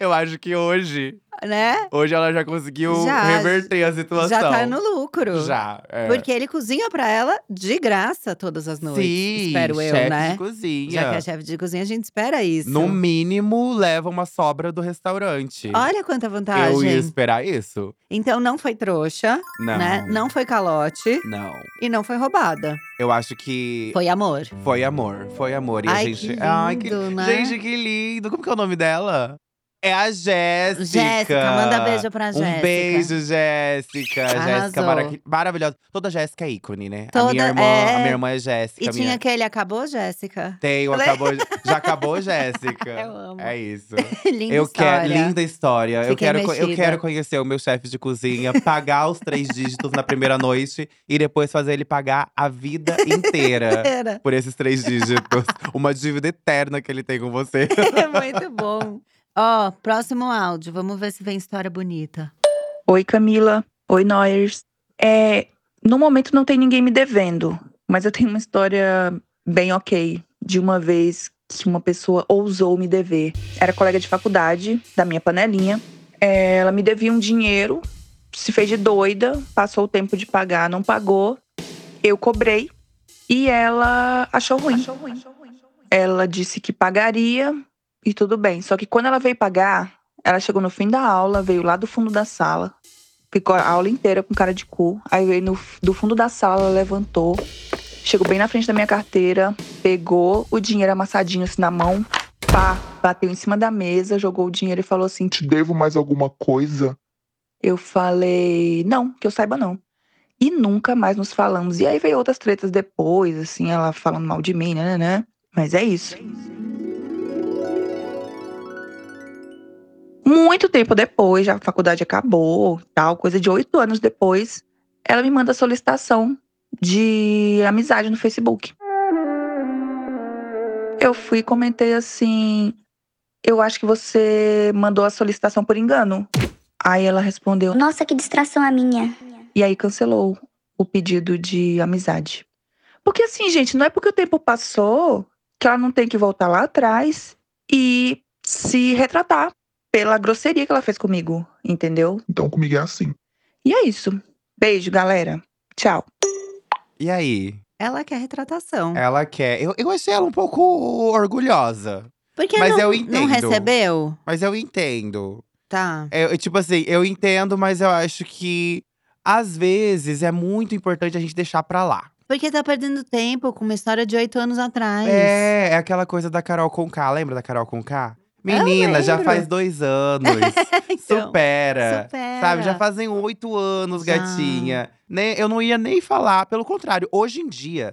S2: Eu acho que hoje.
S1: né?
S2: Hoje ela já conseguiu
S1: Já,
S2: reverter a situação.
S1: Já tá no lucro.
S2: Já. É.
S1: Porque ele cozinha pra ela de graça todas as noites.
S2: Sim,
S1: espero eu,
S2: chefe
S1: né?
S2: de cozinha.
S1: Já que é chefe de cozinha, a gente espera isso.
S2: No mínimo, leva uma sobra do restaurante.
S1: Olha quanta
S2: eu
S1: vantagem.
S2: ia esperar isso.
S1: Então não foi trouxa,
S2: Não.
S1: né? Não foi calote
S2: Não.
S1: e não foi roubada.
S2: Eu acho que
S1: Foi amor.
S2: foi amor. Foi amor. E a
S1: Ai,
S2: gente.
S1: que lindo,
S2: Ai, que
S1: né?
S2: Gente, que lindo! Como que é o nome dela? É a Jéssica.
S1: Jéssica, manda beijo pra Jéssica.
S2: Um beijo, Jéssica. Jéssica
S1: Arrasou.
S2: maravilhosa. maravilhosa. Toda Jéssica é ícone, né?
S1: Toda-
S2: a minha irmã,
S1: é.
S2: a minha irmã é
S1: E
S2: Jéssica. a
S1: tinha
S2: minha...
S1: aquele acabou, Jéssica?
S2: Tenho,
S1: Le-
S2: acabou. Já acabou, Jéssica.
S1: Eu amo.
S2: É isso.
S1: Linda
S2: eu
S1: história. é
S2: quero linda história. Eu
S1: Fiquei
S2: quero, co- eu
S1: mexida.
S2: quero conhecer o meu chefe de cozinha, pagar os três dígitos na primeira noite e depois fazer ele pagar a vida inteira
S1: Era.
S2: por esses três dígitos. Uma dívida eterna que ele tem com você.
S1: É muito bom. Ó, próximo áudio. Vamos ver se vem história bonita.
S8: Oi, Camila. Oi, Noyers. É, no momento não tem ninguém me devendo, mas eu tenho uma história bem ok de uma vez que uma pessoa ousou me dever. Era colega de faculdade da minha panelinha. É, ela me devia um dinheiro, se fez de doida, passou o tempo de pagar, não pagou. Eu cobrei e ela achou ruim. Ela disse que pagaria e tudo bem. Só que quando ela veio pagar, ela chegou no fim da aula, veio lá do fundo da sala, ficou a aula inteira com cara de cu. Aí veio no, do fundo da sala, ela levantou, chegou bem na frente da minha carteira, pegou o dinheiro amassadinho assim na mão, pá, bateu em cima da mesa, jogou o dinheiro e falou assim:
S9: Te devo mais alguma coisa?
S8: eu falei, não, que eu saiba não. E nunca mais nos falamos. E aí veio outras tretas depois, assim, ela falando mal de mim, né, né, né? Mas é isso. Muito tempo depois, já a faculdade acabou, tal, coisa de oito anos depois, ela me manda solicitação de amizade no Facebook. Eu fui e comentei assim: eu acho que você mandou a solicitação por engano. Aí ela respondeu:
S10: Nossa, que distração a minha.
S8: E aí cancelou o pedido de amizade. Porque assim, gente, não é porque o tempo passou que ela não tem que voltar lá atrás e se retratar pela grosseria que ela fez comigo, entendeu?
S9: Então comigo é assim.
S8: E é isso. Beijo, galera. Tchau.
S2: E aí?
S1: Ela quer retratação.
S2: Ela quer. Eu, eu achei ela um pouco orgulhosa.
S1: Porque
S2: Mas
S1: não,
S2: eu
S1: não
S2: entendo.
S1: recebeu?
S2: Mas eu entendo.
S1: Tá.
S2: É, eu- tipo assim, eu entendo, mas eu acho que às vezes é muito importante a gente deixar pra lá.
S1: Porque tá perdendo tempo com uma história de oito anos atrás.
S2: É, é aquela coisa da Carol Conká. Lembra da Carol Conká? Menina, já
S1: lembro.
S2: faz dois anos.
S1: Então,
S2: supera.
S1: supera.
S2: Sabe, já fazem oito anos,
S1: Já.
S2: gatinha. Nem, eu não ia nem falar. Pelo contrário, hoje em dia,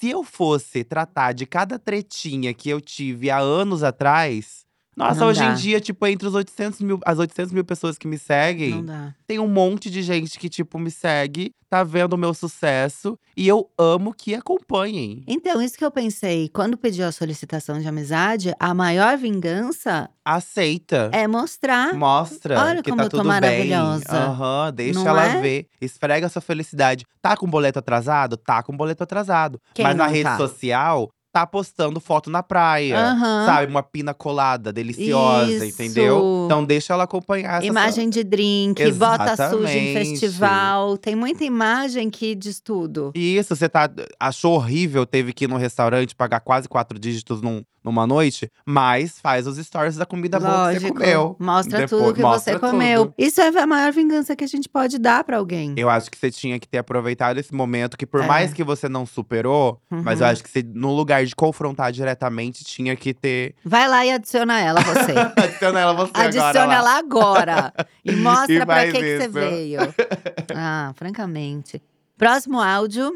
S2: se eu fosse tratar de cada tretinha que eu tive há anos atrás. Nossa,
S1: Não
S2: hoje
S1: dá.
S2: em dia, tipo, entre os 800 mil, as 800 mil pessoas que me
S1: Não
S2: seguem,
S1: dá.
S2: tem um monte de gente que, tipo, me segue, tá vendo o meu sucesso. E eu amo que acompanhem.
S1: Então, isso que eu pensei. Quando pediu a solicitação de amizade, a maior vingança
S2: Aceita.
S1: é mostrar.
S2: Mostra
S1: Olha
S2: que
S1: como
S2: tá
S1: eu tô
S2: tudo
S1: maravilhosa.
S2: bem. Aham, deixa
S1: Não
S2: ela
S1: é?
S2: ver. Esfrega a sua felicidade. Tá com boleto atrasado? Tá com boleto atrasado.
S1: Quem
S2: Mas na
S1: não
S2: rede
S1: tá?
S2: social, tá postando foto na praia.
S1: Aham.
S2: Sabe, uma pina colada, deliciosa, entendeu?
S1: Isso.
S2: Então deixa ela acompanhar essa
S1: Imagem de drink, bota suja em
S2: Exatamente.
S1: festival. Tem muita imagem que diz tudo.
S2: Isso, você tá, achou horrível, teve que ir num restaurante pagar quase quatro dígitos num- numa noite, mas faz os stories da comida boa que você
S1: Lógico.
S2: comeu.
S1: Mostra tudo
S2: Depois-
S1: que
S2: mostra
S1: você comeu.
S2: tudo.
S1: Isso é a maior vingança que a gente pode dar pra alguém.
S2: Eu acho que você tinha que ter aproveitado esse momento, que por
S1: É.
S2: mais que você não superou, mas eu
S1: Uhum.
S2: acho que você, no lugar de confrontar diretamente, tinha que ter.
S1: Vai lá e adiciona ela, você.
S2: Adiciona ela você agora.
S1: Adiciona
S2: lá.
S1: lá agora. E
S2: E
S1: mostra pra
S2: faz
S1: que, que você
S2: isso.
S1: veio. Ah, francamente. Próximo áudio.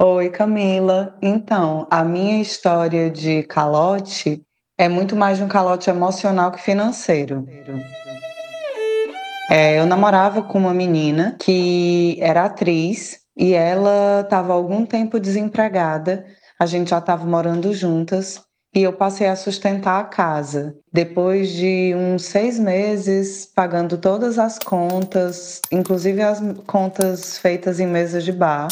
S10: Oi, Camila. Então, a minha história de calote é muito mais de um calote emocional que financeiro. É, eu namorava com uma menina que era atriz e ela estava algum tempo desempregada. A gente já estava morando juntas e eu passei a sustentar a casa. Depois de uns seis meses pagando todas as contas, inclusive as contas feitas em mesa de bar,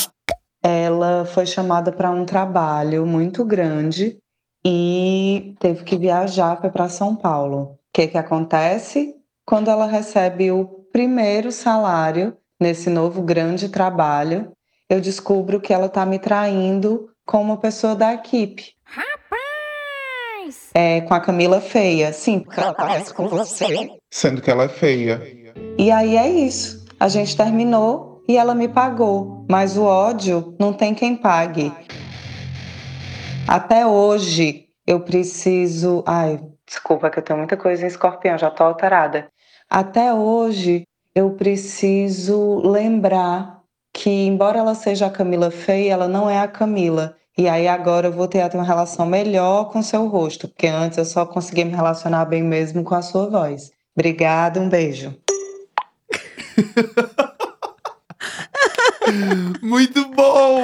S10: ela foi chamada para um trabalho muito grande e teve que viajar para São Paulo. O que, que acontece? Quando ela recebe o primeiro salário nesse novo grande trabalho, eu descubro que ela está me traindo com uma pessoa da equipe. Rapaz! É, com a Camila Feia, sim. porque ela parece com você.
S9: Sendo que ela é feia.
S10: E aí é isso. A gente terminou e ela me pagou. Mas o ódio não tem quem pague. Até hoje eu preciso. Ai, desculpa que eu tenho muita coisa em escorpião, já tô alterada. Até hoje eu preciso lembrar que, embora ela seja a Camila feia, ela não é a Camila. E aí agora eu vou ter até uma relação melhor com seu rosto, porque antes eu só conseguia me relacionar bem mesmo com a sua voz. Obrigada, um beijo.
S2: Muito bom!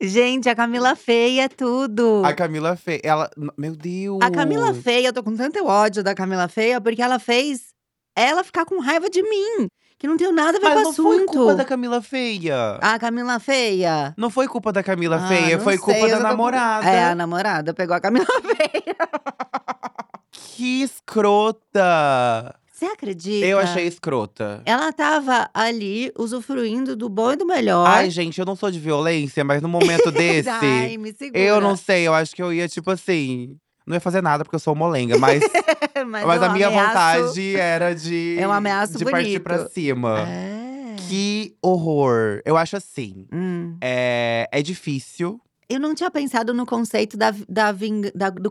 S1: Gente, a Camila Feia é tudo.
S2: A Uh. Camila Fê, ela. n- Meu Deus!
S1: A Camila é Feia, eu tô com tanto ódio da Camila Feia, porque ela fez ela ficar com raiva de mim. Que não tem nada a ver
S2: Mas
S1: com o
S2: não
S1: assunto.
S2: foi culpa da Camila Feia.
S1: A Camila Feia.
S2: Não foi culpa da Camila
S1: Ah,
S2: Feia,
S1: não
S2: foi
S1: sei,
S2: culpa
S1: eu
S2: da
S1: já tô com-
S2: namorada.
S1: É, a namorada pegou a Camila Feia.
S2: Que escrota!
S1: Você acredita?
S2: Eu achei escrota.
S1: Ela tava ali usufruindo do bom e do melhor.
S2: Ai, gente, eu não sou de violência, mas no momento desse.
S1: Ai, me segura.
S2: Eu não sei, eu acho que eu ia, tipo assim. Não ia fazer nada porque eu sou molenga, mas,
S1: mas,
S2: mas
S1: eu
S2: a minha
S1: ameaço-
S2: vontade era de.
S1: É um ameaço
S2: de partir pra
S1: bonito.
S2: cima.
S1: É.
S2: Que horror! Eu acho assim.
S1: Hum.
S2: É, é difícil
S1: Eu não tinha pensado no conceito da, da ving- da- do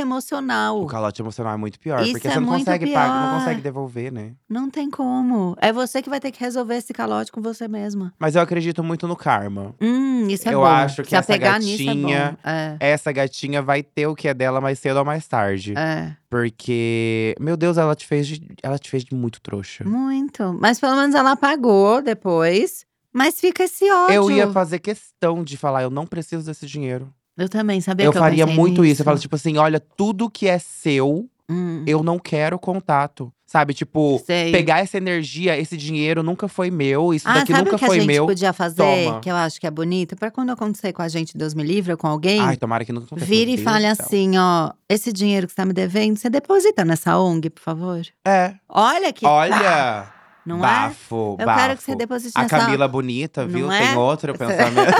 S2: o
S1: emocional.
S2: calote emocional é muito pior,
S1: Isso
S2: porque
S1: é
S2: você não
S1: muito
S2: consegue pagar, não
S1: pior.
S2: consegue devolver, né?
S1: Não tem como. É você que vai ter que resolver esse calote com você mesma.
S2: Mas eu acredito muito no karma.
S1: Hum, isso é
S2: eu
S1: bom.
S2: acho que
S1: Se
S2: essa
S1: apegar nisso é bom.
S2: gatinha,
S1: É,
S2: essa gatinha vai ter o que é dela mais cedo ou mais tarde.
S1: é.
S2: Porque, meu Deus, ela te fez de, ela te fez de muito trouxa.
S1: Muito. Mas pelo menos ela pagou depois. Mas fica esse ódio.
S2: Eu ia fazer questão de falar, eu não preciso desse dinheiro.
S1: Eu também, sabia
S2: eu
S1: que
S2: faria
S1: eu pensei
S2: muito isso.
S1: nisso?
S2: Eu falo, tipo assim, olha, tudo que é seu,
S1: Hum,
S2: eu não quero contato. Sabe, tipo,
S1: sei.
S2: pegar essa energia, esse dinheiro nunca foi meu, isso
S1: Ah,
S2: daqui
S1: sabe
S2: nunca
S1: o que a
S2: foi
S1: gente
S2: meu.
S1: podia fazer?
S2: Toma.
S1: Que eu acho que é bonito. Pra quando acontecer com a gente, Deus me livra, com alguém.
S2: Ai, tomara que nunca aconteça. meu
S1: Vira e
S2: Deus
S1: fale
S2: do é céu.
S1: assim, ó. Esse dinheiro que você tá me devendo, você deposita nessa ONG, por favor.
S2: É.
S1: Olha que… pá,
S2: Olha!
S1: Não é?
S2: bafo,
S1: Eu
S2: bafo.
S1: quero que você deposite
S2: A
S1: nessa…
S2: Camila bonita, viu?
S1: Não é?
S2: Tem outro
S1: Você-
S2: pensamento.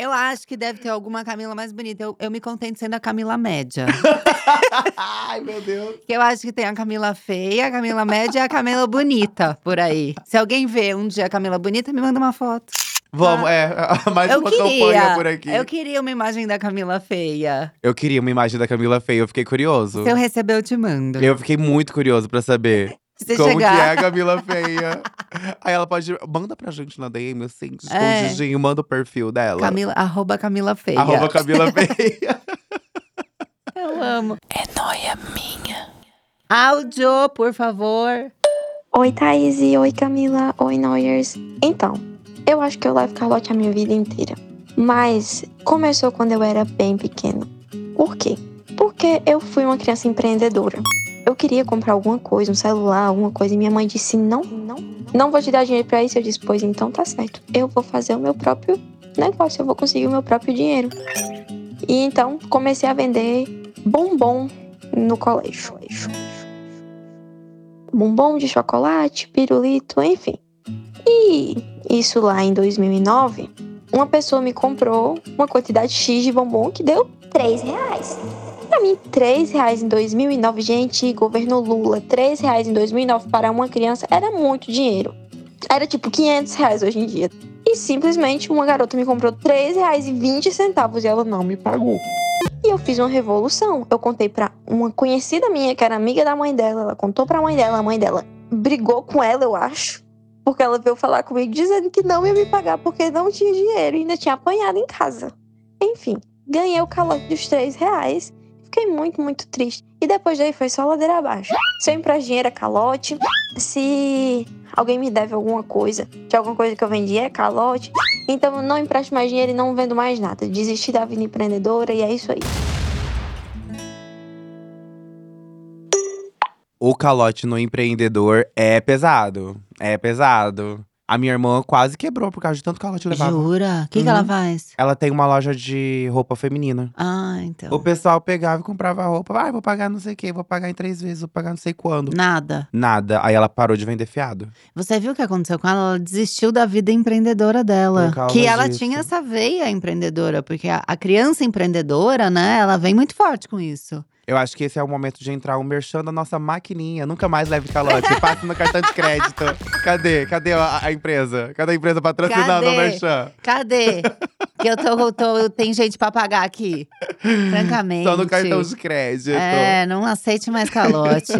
S1: Eu acho que deve ter alguma Camila mais bonita. Eu, eu me contento sendo a Camila média.
S2: Ai, meu Deus.
S1: Que eu acho que tem a Camila feia, a Camila média e a Camila bonita por aí. Se alguém vê um dia a Camila bonita, me manda uma foto.
S2: Vamos, é. Mais
S1: eu
S2: uma
S1: queria,
S2: campanha por aqui.
S1: eu queria uma imagem da Camila feia.
S2: Eu queria uma imagem da Camila feia, eu fiquei curioso.
S1: Se eu receber, eu te mando.
S2: Eu fiquei muito curioso pra saber
S1: Se
S2: como
S1: chegar.
S2: que é a Camila feia. Aí ela pode. Manda pra gente na DM, assim,
S1: É.
S2: escondidinho, manda o perfil dela.
S1: Camila, arroba Camila feia.
S2: Arroba Camila feia.
S1: Eu amo. É noia minha. Áudio, por favor.
S11: Oi, Thaís. Oi, Camila. Oi, Noyers. Então, eu acho que eu levo Carlote a minha vida inteira. Mas começou quando eu era bem pequena. Por quê? Porque eu fui uma criança empreendedora. Eu queria comprar alguma coisa, um celular, alguma coisa, e minha mãe disse: não, não, não vou te dar dinheiro pra isso. Eu disse: pois então tá certo. Eu vou fazer o meu próprio negócio, eu vou conseguir o meu próprio dinheiro. E então comecei a vender bombom no colégio. Bombom de chocolate, pirulito, enfim. E isso lá em 2009, uma pessoa me comprou uma quantidade X de bombom que deu 3 reais. Pra mim, 3 reais em 2009, gente, governo Lula, 3 reais em 2009 para uma criança era muito dinheiro. Era tipo 500 reais hoje em dia. E simplesmente uma garota me comprou 3 reais e 20 centavos e ela não me pagou. E eu fiz uma revolução. Eu contei pra uma conhecida minha, que era amiga da mãe dela. Ela contou pra mãe dela. A mãe dela brigou com ela, eu acho. Porque ela veio falar comigo dizendo que não ia me pagar porque não tinha dinheiro e ainda tinha apanhado em casa. Enfim, ganhei o calote dos 3 reais. Fiquei muito, muito triste. E depois daí foi só ladeira abaixo. Se eu empresto dinheiro é calote. Se alguém me deve alguma coisa, de alguma coisa que eu vendi é calote. Então eu não empresto mais dinheiro e não vendo mais nada. Desisti da vida empreendedora e é isso aí.
S2: O calote no empreendedor é pesado. É pesado. A minha irmã quase quebrou por causa de tanto calote levado.
S1: Jura? O que, que ela
S2: Uhum.
S1: faz?
S2: Ela tem uma loja de roupa feminina.
S1: Ah, então.
S2: O pessoal pegava e comprava roupa. Ah, vou pagar não sei o quê, vou pagar em três vezes, vou pagar não sei quando.
S1: Nada.
S2: Nada. Aí ela parou de vender fiado.
S1: Você viu o que aconteceu com ela? Ela desistiu da vida empreendedora dela.
S2: Por causa
S1: Que ela
S2: disso.
S1: tinha essa veia empreendedora, porque a, a criança empreendedora, né, ela vem muito forte com isso.
S2: Eu acho que esse é o momento de entrar o merchan da nossa maquininha. Nunca mais leve calote. Passa no cartão de crédito. Cadê? Cadê a, a empresa? Cadê a empresa patrocinando o
S1: Cadê?
S2: merchan?
S1: Cadê? que eu tô, tô- tem gente pra pagar aqui. Francamente.
S2: Só no cartão de crédito.
S1: É, não aceite mais calote.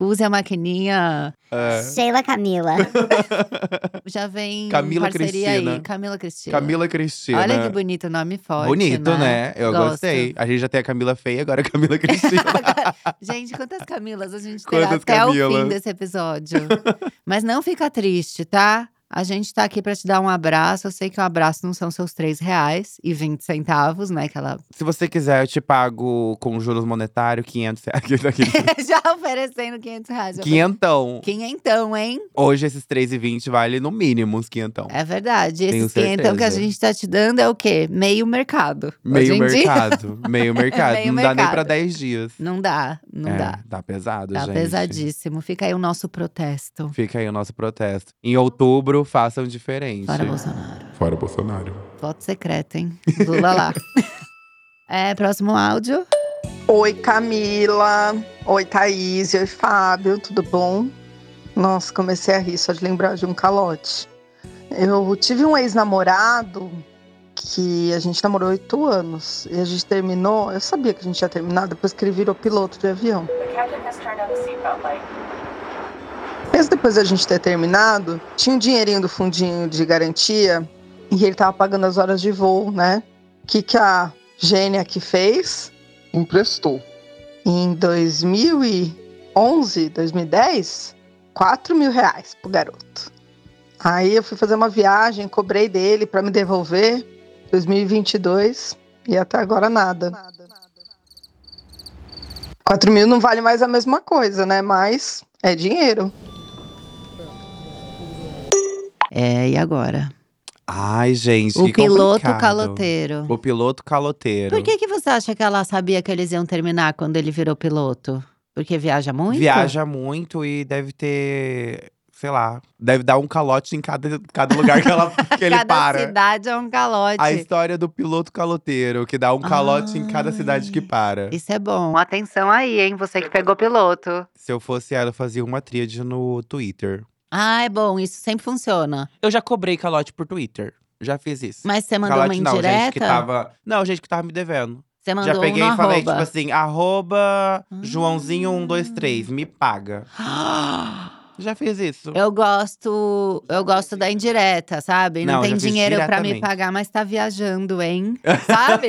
S1: Use a maquininha.
S2: É.
S12: Sheila Camila.
S1: Já vem
S2: Camila
S1: parceria aí.
S2: Cristina.
S1: Camila Cristina.
S2: Camila Cristina.
S1: Olha que bonito o nome forte,
S2: Bonito, né? Eu
S1: Gosto.
S2: gostei. A gente já tem a Camila feia, agora a Camila Cristina.
S1: Gente, quantas Camilas a gente terá
S2: Quantas
S1: até o fim
S2: Camilas.
S1: desse episódio. Mas não fica triste, tá? A gente tá aqui pra te dar um abraço. Eu sei que o abraço não são seus três reais e 20 centavos, né? Que ela
S2: Se você quiser, eu te pago com juros monetários 500 reais.
S1: já oferecendo 500 reais. Eu falei,
S2: Quinhentão.
S1: é Quinhentão, hein?
S2: Hoje esses 3,20 vale no mínimo uns quinhentão.
S1: É verdade.
S2: Tenho
S1: Esse quinhentão que a
S2: certeza.
S1: gente tá te dando é o quê? Meio mercado. Hoje
S2: Meio
S1: em Dia, É,
S2: mercado. Meio mercado.
S1: Meio
S2: não dá nem pra
S1: mercado.
S2: 10 dias.
S1: não dá, não
S2: É,
S1: dá.
S2: Tá pesado,
S1: Tá
S2: gente.
S1: pesadíssimo. Fica aí o nosso protesto.
S2: Fica aí o nosso protesto. Em outubro, façam diferente.
S1: Fora Bolsonaro.
S13: Fora Bolsonaro.
S1: Voto secreto, hein? Lula lá. é, próximo áudio.
S14: Oi, Camila. Oi, Thaís. Oi, Fábio. Tudo bom? Nossa, comecei a rir só de lembrar de um calote. Eu tive um ex-namorado que a gente namorou oito anos e a gente terminou. Eu sabia que a gente ia terminar depois que ele virou piloto de avião. Mesmo depois da gente ter terminado, tinha um dinheirinho do fundinho de garantia e ele tava pagando as horas de voo, né? O que, que a gênia que fez? Emprestou. Em 2011, 2010, 4 mil reais pro garoto. Aí eu fui fazer uma viagem, cobrei dele para me devolver, 2022, e até agora nada. 4 mil não vale mais a mesma coisa, né? Mas é dinheiro.
S1: É, e agora?
S2: Ai, gente,
S1: O
S2: que
S1: piloto
S2: complicado.
S1: caloteiro.
S2: O piloto caloteiro.
S1: Por que, que você acha que ela sabia que eles iam terminar quando ele virou piloto? Porque viaja muito?
S2: Viaja muito e deve ter… Sei lá, deve dar um calote em cada, cada lugar que, ela, que ele
S1: cada
S2: para.
S1: cidade é um calote.
S2: A história do piloto caloteiro, que dá um calote em cada cidade que para.
S1: Isso é bom. Atenção aí, hein? Você que pegou piloto.
S2: Se eu fosse ela, eu fazia uma tríade no Twitter.
S1: Ah, é bom. Isso sempre funciona.
S2: Eu já cobrei calote por Twitter. Já fiz isso.
S1: Mas você mandou
S2: Calote
S1: uma
S2: não,
S1: indireta?
S2: gente que tava. Não, gente que tava me devendo.
S1: Você mandou
S2: Já peguei
S1: um no
S2: e falei,
S1: arroba. Ah.
S2: tipo assim, arroba Joãozinho123, me paga. assim, Já fiz isso.
S1: Eu gosto, eu gosto da indireta, sabe? Não,
S2: Não,
S1: tem
S2: já fiz
S1: dinheiro pra me
S2: diretamente.
S1: pagar, mas tá viajando, hein? Sabe?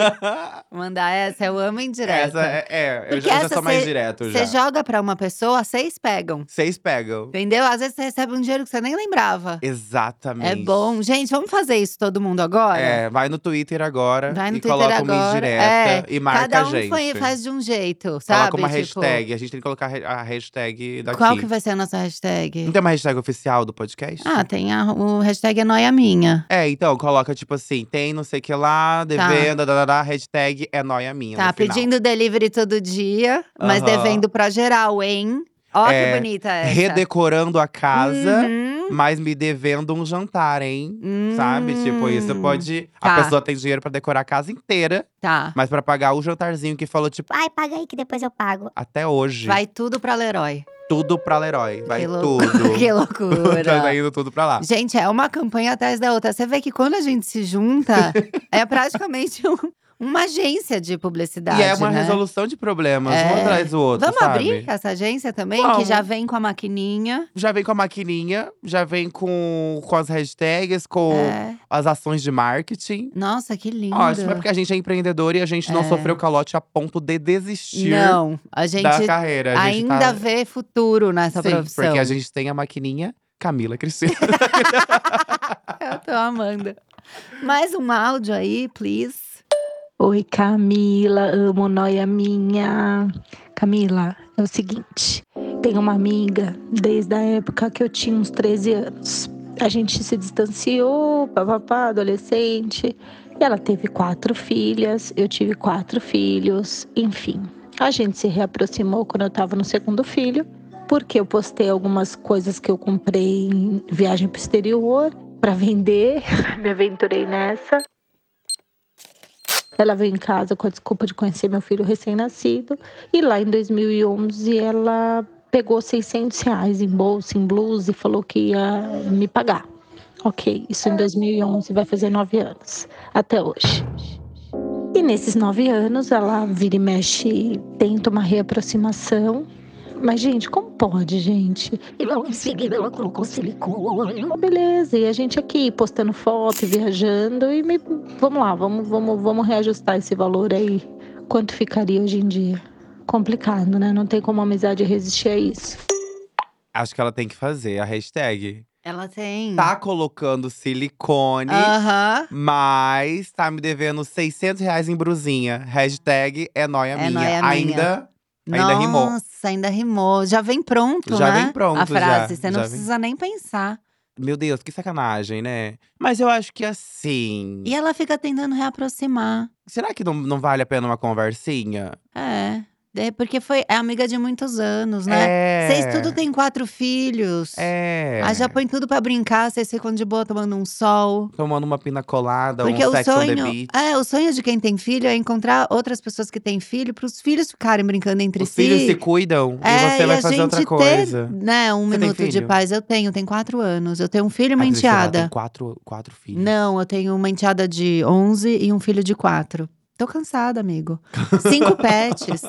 S1: Mandar essa, eu amo indireta.
S2: Essa é, é, eu
S1: Porque
S2: já, eu já
S1: essa
S2: sou mais
S1: cê-
S2: direto já.
S1: Você joga pra uma pessoa, seis pegam.
S2: Vocês pegam.
S1: Entendeu? Às vezes você recebe um dinheiro que você nem lembrava.
S2: Exatamente.
S1: É bom. Gente, vamos fazer isso todo mundo agora?
S2: É, vai no Twitter agora
S1: Vai no
S2: e
S1: Twitter
S2: coloca
S1: agora.
S2: uma indireta
S1: é,
S2: e marca
S1: cada um
S2: a gente.
S1: fa- faz de um jeito, sabe?
S2: Coloca uma
S1: Tipo,
S2: hashtag. A gente tem que colocar he- a hashtag daqui.
S1: Qual que vai ser a nossa hashtag?
S2: Não tem uma hashtag oficial do podcast?
S1: Ah, tem a o hashtag é noia minha.
S2: É, então, coloca tipo assim, tem não sei o que lá, devendo, da, hashtag é noia minha
S1: Tá
S2: no final.
S1: pedindo delivery todo dia, mas
S2: Aham.
S1: devendo pra geral, hein? Ó
S2: É,
S1: que bonita essa.
S2: Redecorando a casa,
S1: Uhum.
S2: mas me devendo um jantar, hein? Sabe? Tipo, isso pode…
S1: tá.
S2: A pessoa tem dinheiro pra decorar a casa inteira,
S1: Tá.
S2: mas pra pagar o jantarzinho que falou, tipo,
S3: Ai, paga aí que depois eu pago.
S2: até hoje.
S1: Vai tudo pra Leroy.
S2: tudo pra Leroy. Vai
S1: Que lou-
S2: tudo.
S1: que loucura.
S2: tá indo tudo pra lá.
S1: Gente, é uma campanha atrás da outra. Você vê que quando a gente se junta, é praticamente um- uma agência de publicidade.
S2: e é uma
S1: né?
S2: resolução de problemas, um
S1: É.
S2: atrás do outro,
S1: Vamos
S2: sabe?
S1: abrir essa agência também, que
S2: Vamos.
S1: já vem com a maquininha.
S2: Já vem com a maquininha, já vem com, com as hashtags, com
S1: É.
S2: as ações de marketing.
S1: Nossa, que lindo.
S2: Ótimo, é porque a gente é empreendedor e a gente não
S1: É.
S2: sofreu calote a ponto de desistir
S1: Não, a gente
S2: da carreira. A gente
S1: ainda
S2: tá...
S1: vê futuro nessa
S2: Sim,
S1: profissão.
S2: porque a gente tem a maquininha Camila Cristina.
S1: Eu tô amando. Mais um áudio aí, please.
S15: Oi, Camila, amo noia minha. Camila, é o seguinte, tenho uma amiga desde a época que eu tinha uns 13 anos. A gente se distanciou, papapá, adolescente. E ela teve quatro filhas, eu tive quatro filhos, enfim. A gente se reaproximou quando eu tava no segundo filho, porque eu postei algumas coisas que eu comprei em viagem pro exterior para vender. Me aventurei nessa. Ela veio em casa com a desculpa de conhecer meu filho recém-nascido. E lá em 2011 ela pegou 600 reais em bolsa, em blusa e falou que ia me pagar. Ok, isso em 2011, vai fazer nove anos, até hoje. E nesses nove anos ela vira e mexe, tenta uma reaproximação. Mas, gente, como pode, gente?
S5: E logo em seguida ela colocou silicone.
S15: Ó, beleza, e a gente aqui postando foto, e viajando e me- vamos lá, vamos, vamos, vamos reajustar esse valor aí. Quanto ficaria hoje em dia? Complicado, né? Não tem como a amizade resistir a isso.
S2: Acho que ela tem que fazer a hashtag.
S1: Ela tem.
S2: Tá colocando silicone,
S1: Aham.
S2: mas tá me devendo 600 reais em brusinha. Hashtag é noia
S1: É
S2: minha.
S1: nóia minha.
S2: Ainda, ainda rimou.
S1: Nossa, ainda rimou. Já vem pronto,
S2: Já
S1: né?
S2: vem pronto,
S1: A
S2: já,
S1: frase, você não
S2: já vem.
S1: precisa nem pensar.
S2: Meu Deus, que sacanagem, né? Mas eu acho que assim.
S1: E ela fica tentando reaproximar.
S2: Será que não, não vale a pena uma conversinha?
S1: É. É porque foi é amiga de muitos anos, né?
S2: É.
S1: Vocês tudo têm quatro filhos.
S2: É.
S1: Ah, já põe tudo pra brincar, vocês ficam de boa tomando um sol.
S2: Tomando uma pina colada,
S1: Porque
S2: um
S1: o
S2: sex on the
S1: sonho,
S2: beach.
S1: é, o sonho de quem tem filho é encontrar outras pessoas que têm filho para os filhos ficarem brincando entre
S2: Os
S1: si.
S2: filhos se cuidam
S1: é,
S2: e você vai
S1: a
S2: fazer
S1: gente
S2: outra coisa.
S1: Ter, né, um
S2: Você tem
S1: minuto de
S2: filho? é
S1: paz. Eu tenho, tem quatro anos. Eu tenho um filho e uma
S2: Ai, Priscila, ela
S1: enteada.
S2: Tem quatro, quatro filhos.
S1: Não, eu tenho uma enteada de 11 e um filho de quatro. Tô cansada, amigo. Cinco pets.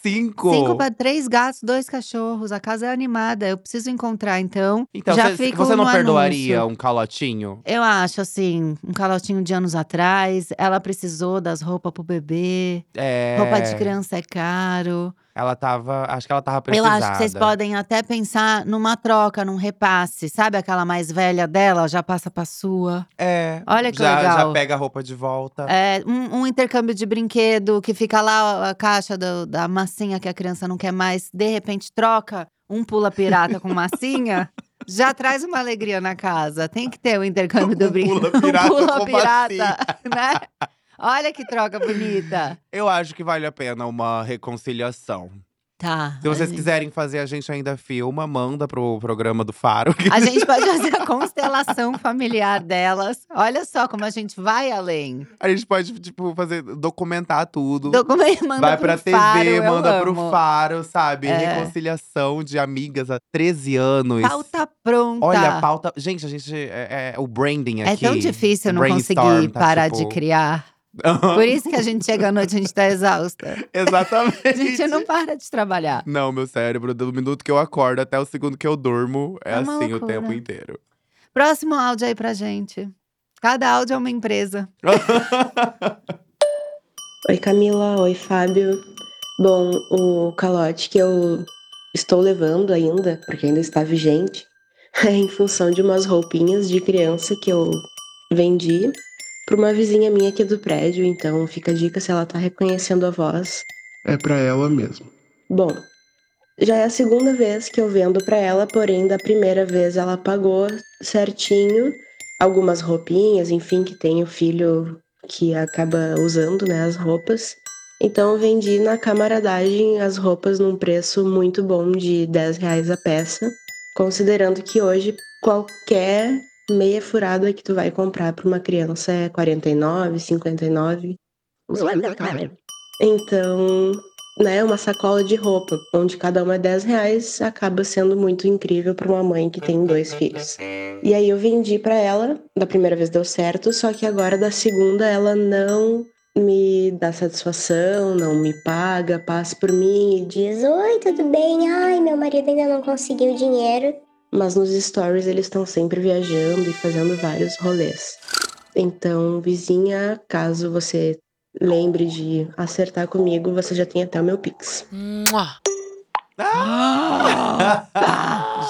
S2: Cinco?
S1: Cinco para três gatos, dois cachorros. A casa é animada. Eu preciso encontrar, então.
S2: Então,
S1: já
S2: cê-
S1: fico
S2: você não
S1: no
S2: perdoaria
S1: anúncio.
S2: um calotinho?
S1: Eu acho, assim, um calotinho de anos atrás. Ela precisou das roupas pro bebê.
S2: É.
S1: Roupa de criança é caro.
S2: Ela tava. Acho que ela tava
S1: Eu
S2: precisada.
S1: acho que vocês podem até pensar numa troca, num repasse. Sabe aquela mais velha dela, já passa pra sua.
S2: É.
S1: Olha que
S2: já,
S1: legal.
S2: Já pega a roupa de volta.
S1: É, um, um intercâmbio de brinquedo que fica lá a caixa do- da massinha que a criança não quer mais, de repente troca, um pula pirata com massinha, já traz uma alegria na casa. Tem que ter o intercâmbio do brinquedo.
S2: Um pula pirata
S1: Um pula
S2: com
S1: pirata,
S2: massinha.
S1: né? Olha que troca bonita.
S2: Eu acho que vale a pena uma reconciliação.
S1: Tá.
S2: Se vocês
S1: a gente-
S2: quiserem fazer, a gente ainda filma, manda pro programa do Faro.
S1: A gente pode fazer a constelação familiar delas. Olha só como a gente vai além.
S2: A gente pode, tipo, fazer, documentar tudo.
S1: Documento manda
S2: Vai
S1: pro
S2: pra TV,
S1: Faro, eu
S2: manda pro
S1: amo.
S2: Faro, sabe?
S1: É.
S2: Reconciliação de amigas há 13 anos.
S1: Pauta pronta.
S2: Olha, a pauta. Gente, a gente. É, é o branding
S1: Tá. É
S2: aqui.
S1: tão difícil eu não
S2: brainstorm,
S1: conseguir
S2: tá,
S1: parar
S2: tipo-
S1: de criar. Por isso que a gente chega à noite, a gente tá exausta.
S2: Exatamente.
S1: A gente não para de trabalhar.
S2: Não, meu cérebro, do minuto que eu acordo até o segundo que eu durmo, é,
S1: É uma
S2: assim o
S1: loucura.
S2: tempo inteiro.
S1: Próximo áudio aí pra gente. Cada áudio é uma empresa.
S16: Oi Camila, oi Fábio. Bom, o calote que eu estou levando ainda, porque ainda está vigente, é em função de umas roupinhas de criança que eu vendi para uma vizinha minha aqui do prédio, então fica a dica se ela tá reconhecendo a voz.
S9: É pra ela mesmo.
S16: Bom, já é a segunda vez que eu vendo pra ela, porém da primeira vez ela pagou certinho algumas roupinhas, enfim, que tem o filho que acaba usando, né, as roupas. Então eu vendi na camaradagem as roupas num preço muito bom de 10 reais a peça, considerando que hoje qualquer meia furada que tu vai comprar pra uma criança é 49, 59. Então, né, uma sacola de roupa, onde cada uma é 10 reais, acaba sendo muito incrível para uma mãe que tem dois filhos. E aí eu vendi para ela, da primeira vez deu certo, só que agora da segunda ela não me dá satisfação, não me paga, passa por mim e diz: Oi, tudo bem? Ai, meu marido ainda não conseguiu dinheiro. Mas nos stories eles estão sempre viajando e fazendo vários rolês. Então, vizinha, caso você lembre de acertar comigo, você já tem até o meu Pix.
S1: Ah!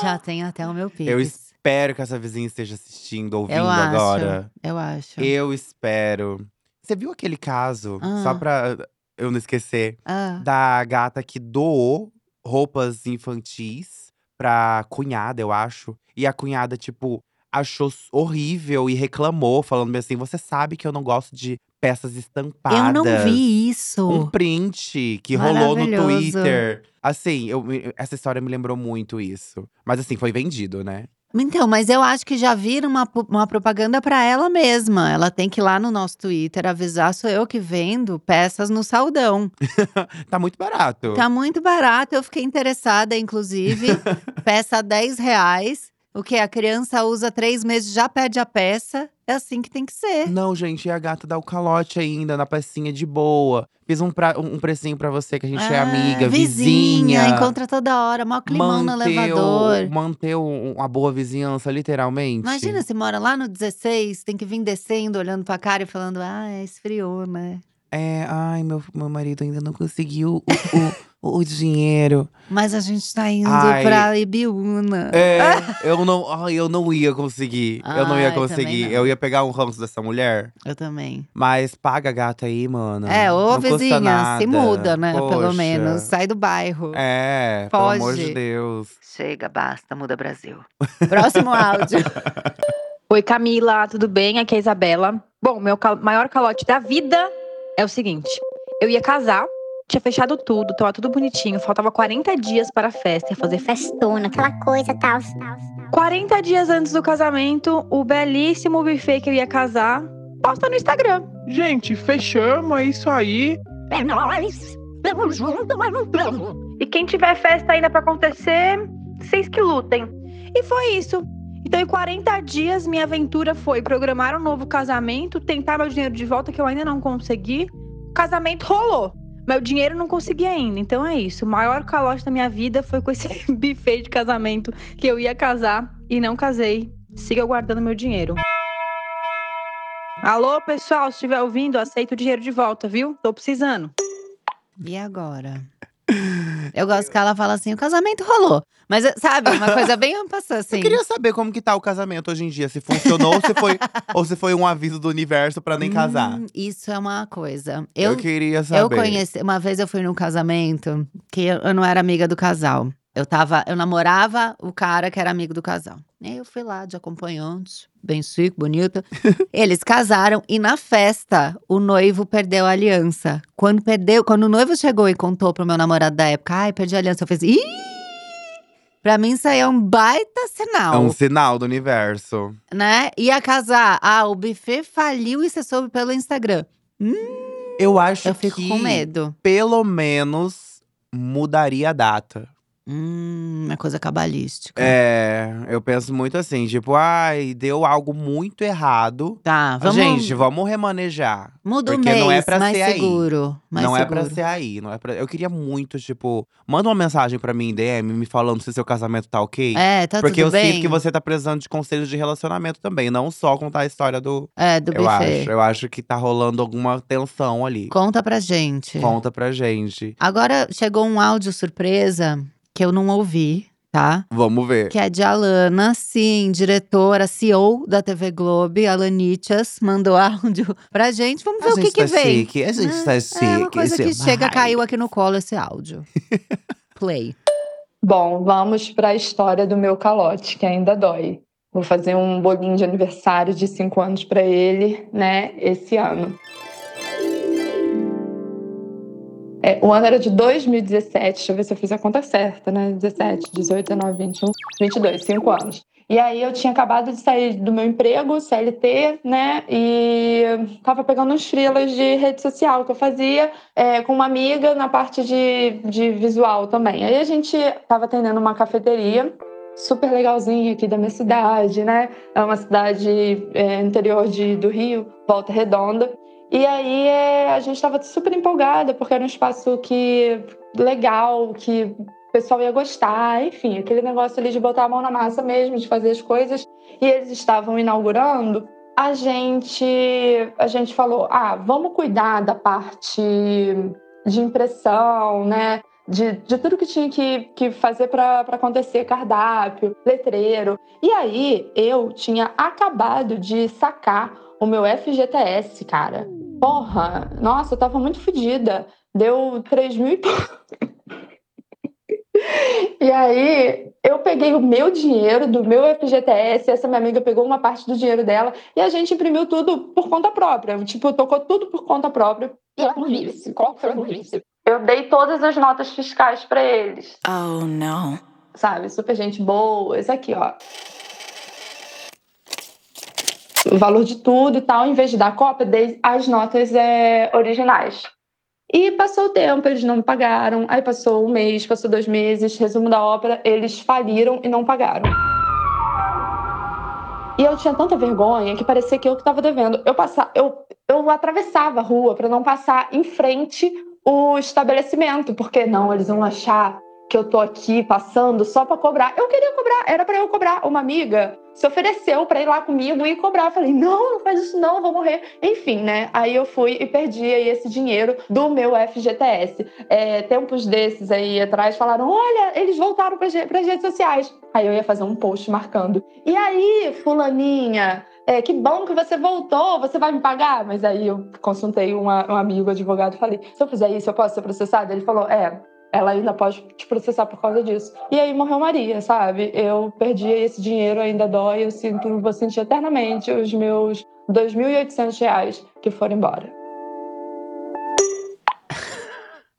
S1: Já tem até o meu pix.
S2: Eu espero que essa vizinha esteja assistindo, ouvindo
S1: Eu acho,
S2: agora.
S1: eu acho.
S2: Eu espero. Você viu aquele caso,
S1: Ah.
S2: só pra eu não esquecer,
S1: Ah.
S2: da gata que doou roupas infantis pra cunhada, eu acho. E a cunhada, tipo, achou s- horrível e reclamou, falando assim: você sabe que eu não gosto de peças estampadas.
S1: Eu não vi isso.
S2: Um print que rolou no
S1: Maravilhoso.
S2: Twitter. Assim, eu, me- essa história me lembrou muito isso. Mas assim, foi vendido, né?
S1: Então, mas eu acho que já viram uma, pu- uma propaganda pra ela mesma. Ela tem que ir lá no nosso Twitter avisar, sou eu que vendo peças no saldão.
S2: Tá muito barato.
S1: Tá muito barato, eu fiquei interessada, inclusive. peça a 10 reais. O que? A criança usa três meses, já pede a peça. É assim que tem que ser.
S2: Não, gente, e a gata dá o calote ainda na pecinha de boa. Fiz um, pra, um precinho pra você que a gente é amiga, vizinha.
S1: Ah, encontra toda hora, mó um climão no
S2: manter o-
S1: elevador.
S2: Manter um- uma boa vizinhança, literalmente.
S1: Imagina, você mora lá no 16, tem que vir descendo, olhando pra cara e falando, ah, esfriou, né?
S2: É, ai, meu, meu marido ainda não conseguiu o, o, o dinheiro.
S1: Mas a gente tá indo
S2: Ai.
S1: pra Ibiúna.
S2: É, eu não, ai, eu não ia conseguir. eu não
S1: Ah,
S2: ia
S1: eu também
S2: conseguir.
S1: não.
S2: Eu ia pegar um ranço dessa mulher.
S1: Eu também.
S2: Mas paga a gata aí, mano.
S1: É, ô
S2: não custa
S1: vizinha,
S2: nada.
S1: se muda, né? Pelo
S2: Poxa.
S1: menos. Sai do bairro.
S2: É, pelo amor de
S1: Foge.
S2: Deus.
S17: Chega, basta, muda Brasil.
S18: Próximo áudio. Oi, Camila, tudo bem? Aqui é a Isabela. Bom, meu cal- maior calote da vida é o seguinte: eu ia casar, tinha fechado tudo, tava tudo bonitinho, faltava 40 dias para a festa, ia fazer festona, aquela coisa tal. 40 dias antes do casamento, o belíssimo buffet que eu ia casar posta no Instagram.
S6: Gente, fechamos, é isso aí.
S5: É nóis! Tamo junto, mas não tamo!
S18: E quem tiver festa ainda pra acontecer, vocês que lutem. E foi isso. Então, em 40 dias, minha aventura foi programar um novo casamento, tentar meu dinheiro de volta, que eu ainda não consegui. O casamento rolou. Meu dinheiro eu não consegui ainda. Então é isso. O maior calote da minha vida foi com esse buffet de casamento que eu ia casar e não casei. Siga guardando meu dinheiro. Alô, pessoal, se estiver ouvindo, aceito o dinheiro de volta, viu? Tô precisando.
S1: E agora? Eu gosto que ela fala assim: o casamento rolou. Mas, sabe, uma coisa bem ampassada assim.
S2: Eu queria saber como que tá o casamento hoje em dia. Se funcionou ou, se foi, ou se foi um aviso do universo pra nem casar.
S1: Hum, Isso é uma coisa.
S2: Eu
S1: Eu,
S2: queria
S1: eu
S2: saber.
S1: conheci. Uma vez eu fui num casamento que eu eu não era amiga do casal. Eu tava, eu namorava o cara que era amigo do casal. E aí eu fui lá de acompanhante, bem chique, bonita. Eles casaram e na festa o noivo perdeu a aliança. Quando perdeu, quando o noivo chegou e contou pro meu namorado da época, ai, perdi a aliança, eu fiz, ih! Pra mim isso aí é um baita sinal
S2: É um sinal do universo.
S1: né? Ia casar. Ah, o buffet faliu e você soube pelo Instagram. Hum,
S2: Eu acho
S1: eu fico
S2: que
S1: com medo.
S2: pelo menos mudaria a data.
S1: Hum, é coisa cabalística.
S2: É, eu penso muito assim, tipo, ai, deu algo muito errado.
S1: Tá, vamos-
S2: Gente, vamos remanejar.
S1: Muda o
S2: porque não é
S1: mês,
S2: pra
S1: mais
S2: ser aí.
S1: seguro. Mais
S2: não é
S1: seguro.
S2: pra ser aí, não é pra. Eu queria muito, tipo, manda uma mensagem pra mim, DM, me falando se seu casamento tá ok.
S1: É, tá
S2: Porque
S1: tudo
S2: eu
S1: bem?
S2: sinto que você tá precisando de conselhos de relacionamento também, não só contar a história do.
S1: É, do
S2: eu
S1: buffet.
S2: acho, eu acho que tá rolando alguma tensão ali.
S1: Conta pra gente.
S2: Conta pra gente.
S1: Agora chegou um áudio surpresa que eu não ouvi, tá?
S2: Vamos ver.
S1: Que é de Alana, sim, diretora, CEO da TV Globo, Alanichas, mandou áudio pra gente. Vamos ver o que,
S2: tá
S1: que vem.
S19: A gente tá chique.
S1: É uma coisa
S19: esse
S1: que chega,
S19: vai.
S1: caiu aqui no colo esse áudio. Play.
S20: Bom, vamos para a história do meu calote, que ainda dói. Vou fazer um bolinho de aniversário de 5 anos para ele, né, esse ano. É, o ano era de 2017, deixa eu ver se eu fiz a conta certa, né? 17, 18, 19, 21, 22, 5 anos. E aí eu tinha acabado de sair do meu emprego, CLT, né? E tava pegando uns frilas de rede social que eu fazia é, com uma amiga na parte de, de visual também. Aí a gente tava atendendo uma cafeteria super legalzinha aqui da minha cidade, né? É uma cidade é, interior de, do Rio, Volta Redonda. E aí é, a gente estava super empolgada, porque era um espaço que legal, que o pessoal ia gostar, enfim, aquele negócio ali de botar a mão na massa mesmo, de fazer as coisas. E eles estavam inaugurando. A gente, a gente falou, ah, vamos cuidar da parte de impressão, né? De, de tudo que tinha que, que fazer para acontecer, cardápio, letreiro. E aí eu tinha acabado de sacar o meu FGTS, cara. Porra, nossa, eu tava muito fodida. Deu 3 mil e pouco. E aí, eu peguei o meu dinheiro do meu FGTS, essa minha amiga pegou uma parte do dinheiro dela e a gente imprimiu tudo por conta própria. Tipo, tocou tudo por conta própria. Pela burrice, qual foi a burrice? Eu dei todas as notas fiscais pra eles.
S8: Oh, não.
S20: Sabe, super gente boa. Esse aqui, ó. O valor de tudo e tal, em vez de dar cópia, dei as notas é, originais. E passou o tempo, eles não me pagaram. Aí passou um mês, passou dois meses. Resumo da ópera, eles faliram e não pagaram. E eu tinha tanta vergonha que parecia que eu que estava devendo. Eu, passa, eu, eu atravessava a rua para não passar em frente o estabelecimento, porque não, eles vão achar que eu tô aqui passando só para cobrar. Eu queria cobrar, era para eu cobrar. Uma amiga se ofereceu para ir lá comigo e cobrar. Eu falei, não, não faz isso não, eu vou morrer. Enfim, né? Aí eu fui e perdi aí esse dinheiro do meu FGTS. É, tempos desses aí atrás falaram, olha, eles voltaram para as redes sociais. Aí eu ia fazer um post marcando. E aí, fulaninha, é, que bom que você voltou, você vai me pagar? Mas aí eu consultei uma- um amigo advogado e falei, se eu fizer isso, eu posso ser processada? Ele falou, é, ela ainda pode te processar por causa disso. E aí morreu Maria, sabe? Eu perdi esse dinheiro, ainda dói, eu sinto, vou sentir eternamente os meus 2.800 reais que foram embora.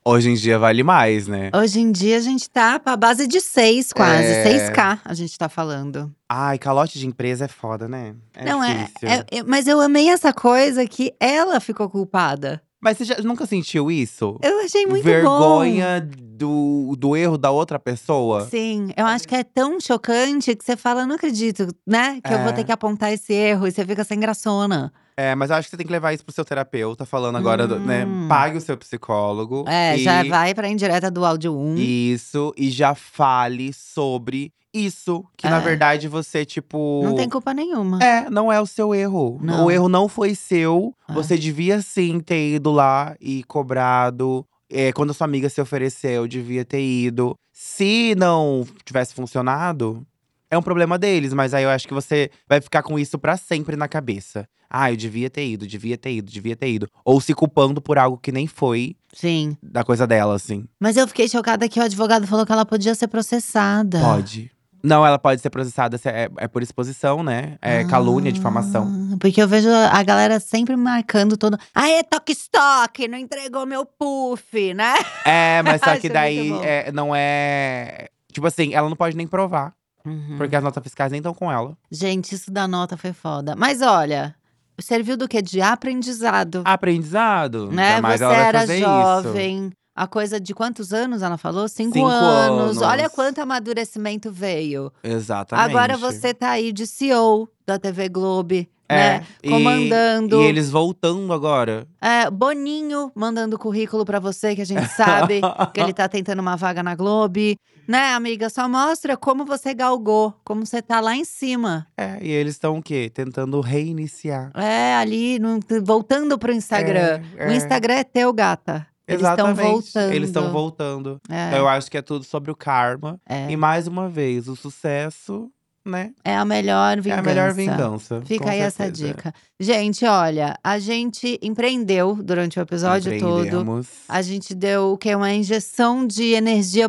S2: Hoje em dia vale mais, né?
S1: Hoje em dia a gente tá pra base de 6, quase.
S2: É.
S1: 6K a gente tá falando.
S2: Ai, calote de empresa é foda, né? É
S1: não é,
S2: difícil.
S1: é- é- Mas eu amei essa coisa que ela ficou culpada.
S2: Mas você já nunca sentiu isso?
S1: Eu achei muito
S2: Vergonha Do, do erro da outra pessoa?
S1: bom. Sim, eu acho que é tão chocante que você fala, não acredito, né? Que eu vou
S2: É.
S1: ter que apontar esse erro e você fica sem graçona.
S2: É, mas eu acho que você tem que levar isso pro seu terapeuta, falando agora, do- né?
S1: Hum.
S2: Pague o seu psicólogo.
S1: É, já
S2: e-
S1: vai pra indireta do áudio 1.
S2: Isso, e já fale sobre isso, que na
S1: É.
S2: verdade você, tipo.
S1: Não tem culpa nenhuma.
S2: É, não é o seu erro.
S1: Não.
S2: O erro não foi seu.
S1: É.
S2: Você devia sim ter ido lá e cobrado. É, quando a sua amiga se ofereceu, devia ter ido. Se não tivesse funcionado, é um problema deles, mas aí eu acho que você vai ficar com isso pra sempre na cabeça. Ah, eu devia ter ido, devia ter ido, devia ter ido. Ou se culpando por algo que nem foi
S1: Sim.
S2: da coisa dela, assim.
S1: Mas eu fiquei chocada que o advogado falou que ela podia ser processada.
S2: Pode. Não, ela pode ser processada, se é, é por exposição, né? É calúnia, difamação.
S1: Porque eu vejo a galera sempre marcando todo. Aê, toque-estoque, não entregou meu puff, né?
S2: É, mas só que
S1: Isso é
S2: daí
S1: muito bom.
S2: é, não é. Tipo assim, ela não pode nem provar.
S1: Uhum.
S2: Porque as notas fiscais nem estão com ela.
S1: Gente, isso da nota foi foda. Mas olha, serviu do que? De aprendizado.
S2: Aprendizado.
S1: né?
S2: Jamais
S1: Você
S2: ela vai
S1: era
S2: fazer isso.
S1: jovem. A coisa de quantos anos ela falou? Cinco,
S2: Cinco
S1: anos. Olha
S2: anos.
S1: quanto amadurecimento veio.
S2: Exatamente.
S1: Agora você tá aí de CEO da TV Globo, né?
S2: É, e-
S1: Comandando.
S2: E, eles voltando agora.
S1: É, Boninho mandando currículo pra você, que a gente sabe que ele tá tentando uma vaga na Globo. Né, amiga? Só mostra como você galgou, como você tá lá em cima.
S2: É, e eles estão o quê? Tentando reiniciar.
S1: É, ali, no- voltando pro Instagram.
S2: É,
S1: O
S2: é.
S1: Instagram é teu, gata. Eles estão
S2: Exatamente.
S1: voltando.
S2: Eles estão voltando.
S1: É.
S2: Então eu acho que é tudo sobre o karma.
S1: É.
S2: E mais uma vez, o sucesso, né?
S1: É a melhor vingança.
S2: É a melhor vingança,
S1: Fica
S2: com
S1: aí essa
S2: certeza.
S1: dica. Gente, olha, a gente empreendeu durante o episódio todo.
S2: Empreendemos.
S1: A gente deu o que? Uma injeção de energia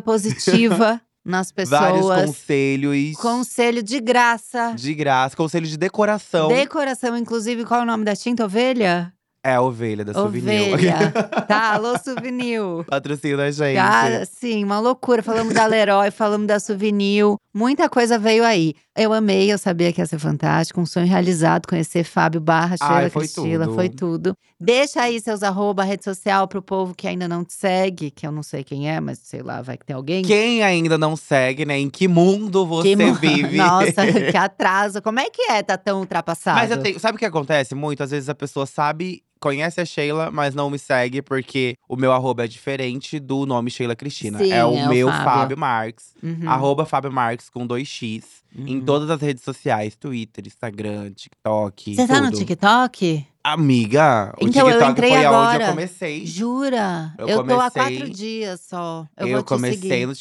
S1: positiva nas
S2: Vários
S1: pessoas.
S2: conselhos
S1: Conselho de graça.
S2: de graça. Conselhos de decoração.
S1: Decoração, inclusive, qual é o nome da tinta? Ovelha?
S2: É a ovelha da
S1: Ovelha.
S2: Souvenir.
S1: tá, alô, Souvenir.
S2: Patrocina a gente.
S1: Cara, sim, uma loucura. Falamos da Leroy, falamos da Souvenir. Muita coisa veio aí. Eu amei, eu sabia que ia ser fantástico. Um sonho realizado, conhecer Fábio Barra, Sheila
S2: Ai, foi
S1: Cristila,
S2: tudo.
S1: foi tudo. Deixa aí seus arroba, rede social pro povo que ainda não te segue. Que eu não sei quem é, mas sei lá, vai que tem alguém.
S2: Quem ainda não segue, né? Em que mundo você
S1: Que mo-
S2: vive?
S1: Nossa, que atraso. Como é que é? Tá tão ultrapassado.
S2: Mas eu tenho, sabe o que acontece muito? Às vezes a pessoa sabe, conhece a Sheila, mas não me segue porque o meu arroba é diferente do nome Sheila Cristina.
S1: Sim,
S2: é o
S1: é o
S2: meu
S1: Fábio.
S2: Fábio Marx.
S1: Uhum.
S2: Arroba Fábio Marx com dois X. Em todas as redes sociais: Twitter, Instagram, TikTok.
S1: Você tá no
S2: tudo.
S1: TikTok?
S2: Amiga, o
S1: então eu
S2: TikTok
S1: entrei
S2: foi aonde
S1: agora.
S2: eu comecei.
S1: Jura?
S2: Eu
S1: tô há quatro
S2: comecei-
S1: dias só. Eu,
S2: Eu,
S1: vou te
S2: comecei
S1: seguir.
S2: no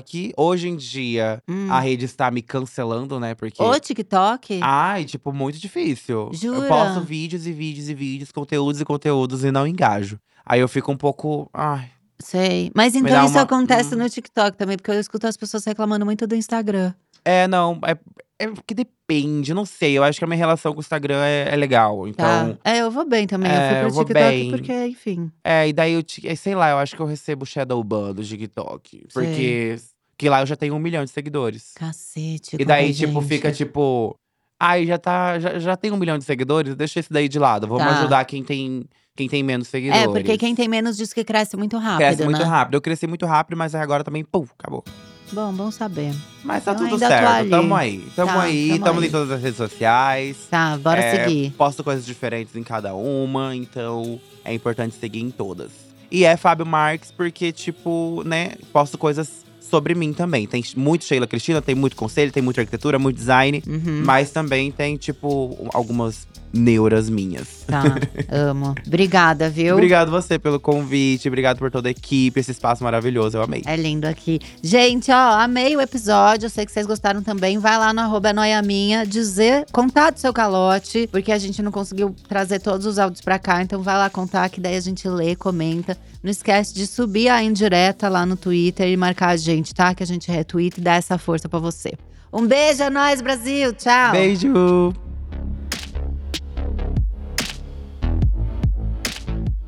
S2: TikTok. Hoje em dia,
S1: Hum.
S2: a rede está me cancelando, né? Porque.
S1: O TikTok?
S2: Ai, tipo, muito difícil. Eu
S1: Jura?
S2: posto vídeos e vídeos e vídeos, conteúdos e conteúdos e não engajo. Aí eu fico um pouco. Ai.
S1: Sei. Mas
S2: Me
S1: então
S2: dá
S1: isso
S2: uma- Hum.
S1: acontece no TikTok também, porque eu escuto as pessoas reclamando muito do Instagram.
S2: É, não. É, é que depende, eu não sei. Eu acho que a minha relação com o Instagram é, é legal.
S1: Tá.
S2: Então.
S1: É, eu vou bem também. eu fui
S2: é,
S1: pro
S2: eu vou
S1: TikTok
S2: bem.
S1: porque, enfim.
S2: É, e daí eu. ti- é, Sei lá, eu acho que eu recebo shadow ban do TikTok. Porque. Que lá eu já tenho um milhão de seguidores.
S1: Cacete.
S2: E daí,
S1: quanta
S2: tipo,
S1: gente.
S2: fica tipo. Ai, já tá. Já, já tem um milhão de seguidores, deixa esse daí de lado. Vamos
S1: Tá.
S2: ajudar quem tem, quem tem menos seguidores.
S1: É, porque quem tem menos diz que cresce muito rápido,
S2: Cresce muito
S1: né?
S2: rápido. Eu cresci muito rápido, mas agora também, pum, acabou.
S1: Bom, bom saber.
S2: Mas tá
S1: Eu
S2: tudo
S1: ainda tô ali.
S2: certo. Tamo aí. Tamo
S1: Tá,
S2: aí.
S1: tamo
S2: Tamo
S1: aí.
S2: em todas as redes sociais.
S1: Tá, bora
S2: É,
S1: seguir.
S2: Posto coisas diferentes em cada uma, então é importante seguir em todas. E é Fábio Marques, porque, tipo, né, posto coisas sobre mim também. Tem muito Sheila Cristina, tem muito conselho, tem muita arquitetura, muito design.
S1: Uhum.
S2: Mas também tem, tipo, algumas neuras minhas.
S1: Tá, amo. Obrigada, viu?
S2: Obrigado você pelo convite, obrigado por toda a equipe, esse espaço maravilhoso, eu amei.
S1: É lindo aqui. Gente, ó, amei o episódio. Eu sei que vocês gostaram também. Vai lá no arroba Noia Minha dizer, contar do seu calote, porque a gente não conseguiu trazer todos os áudios pra cá. Então vai lá contar, que daí a gente lê, comenta. Não esquece de subir a indireta lá no Twitter e marcar a gente, tá? Que a gente retweet e dá essa força pra você. Um beijo, é nóis, Brasil. Tchau.
S2: Beijo!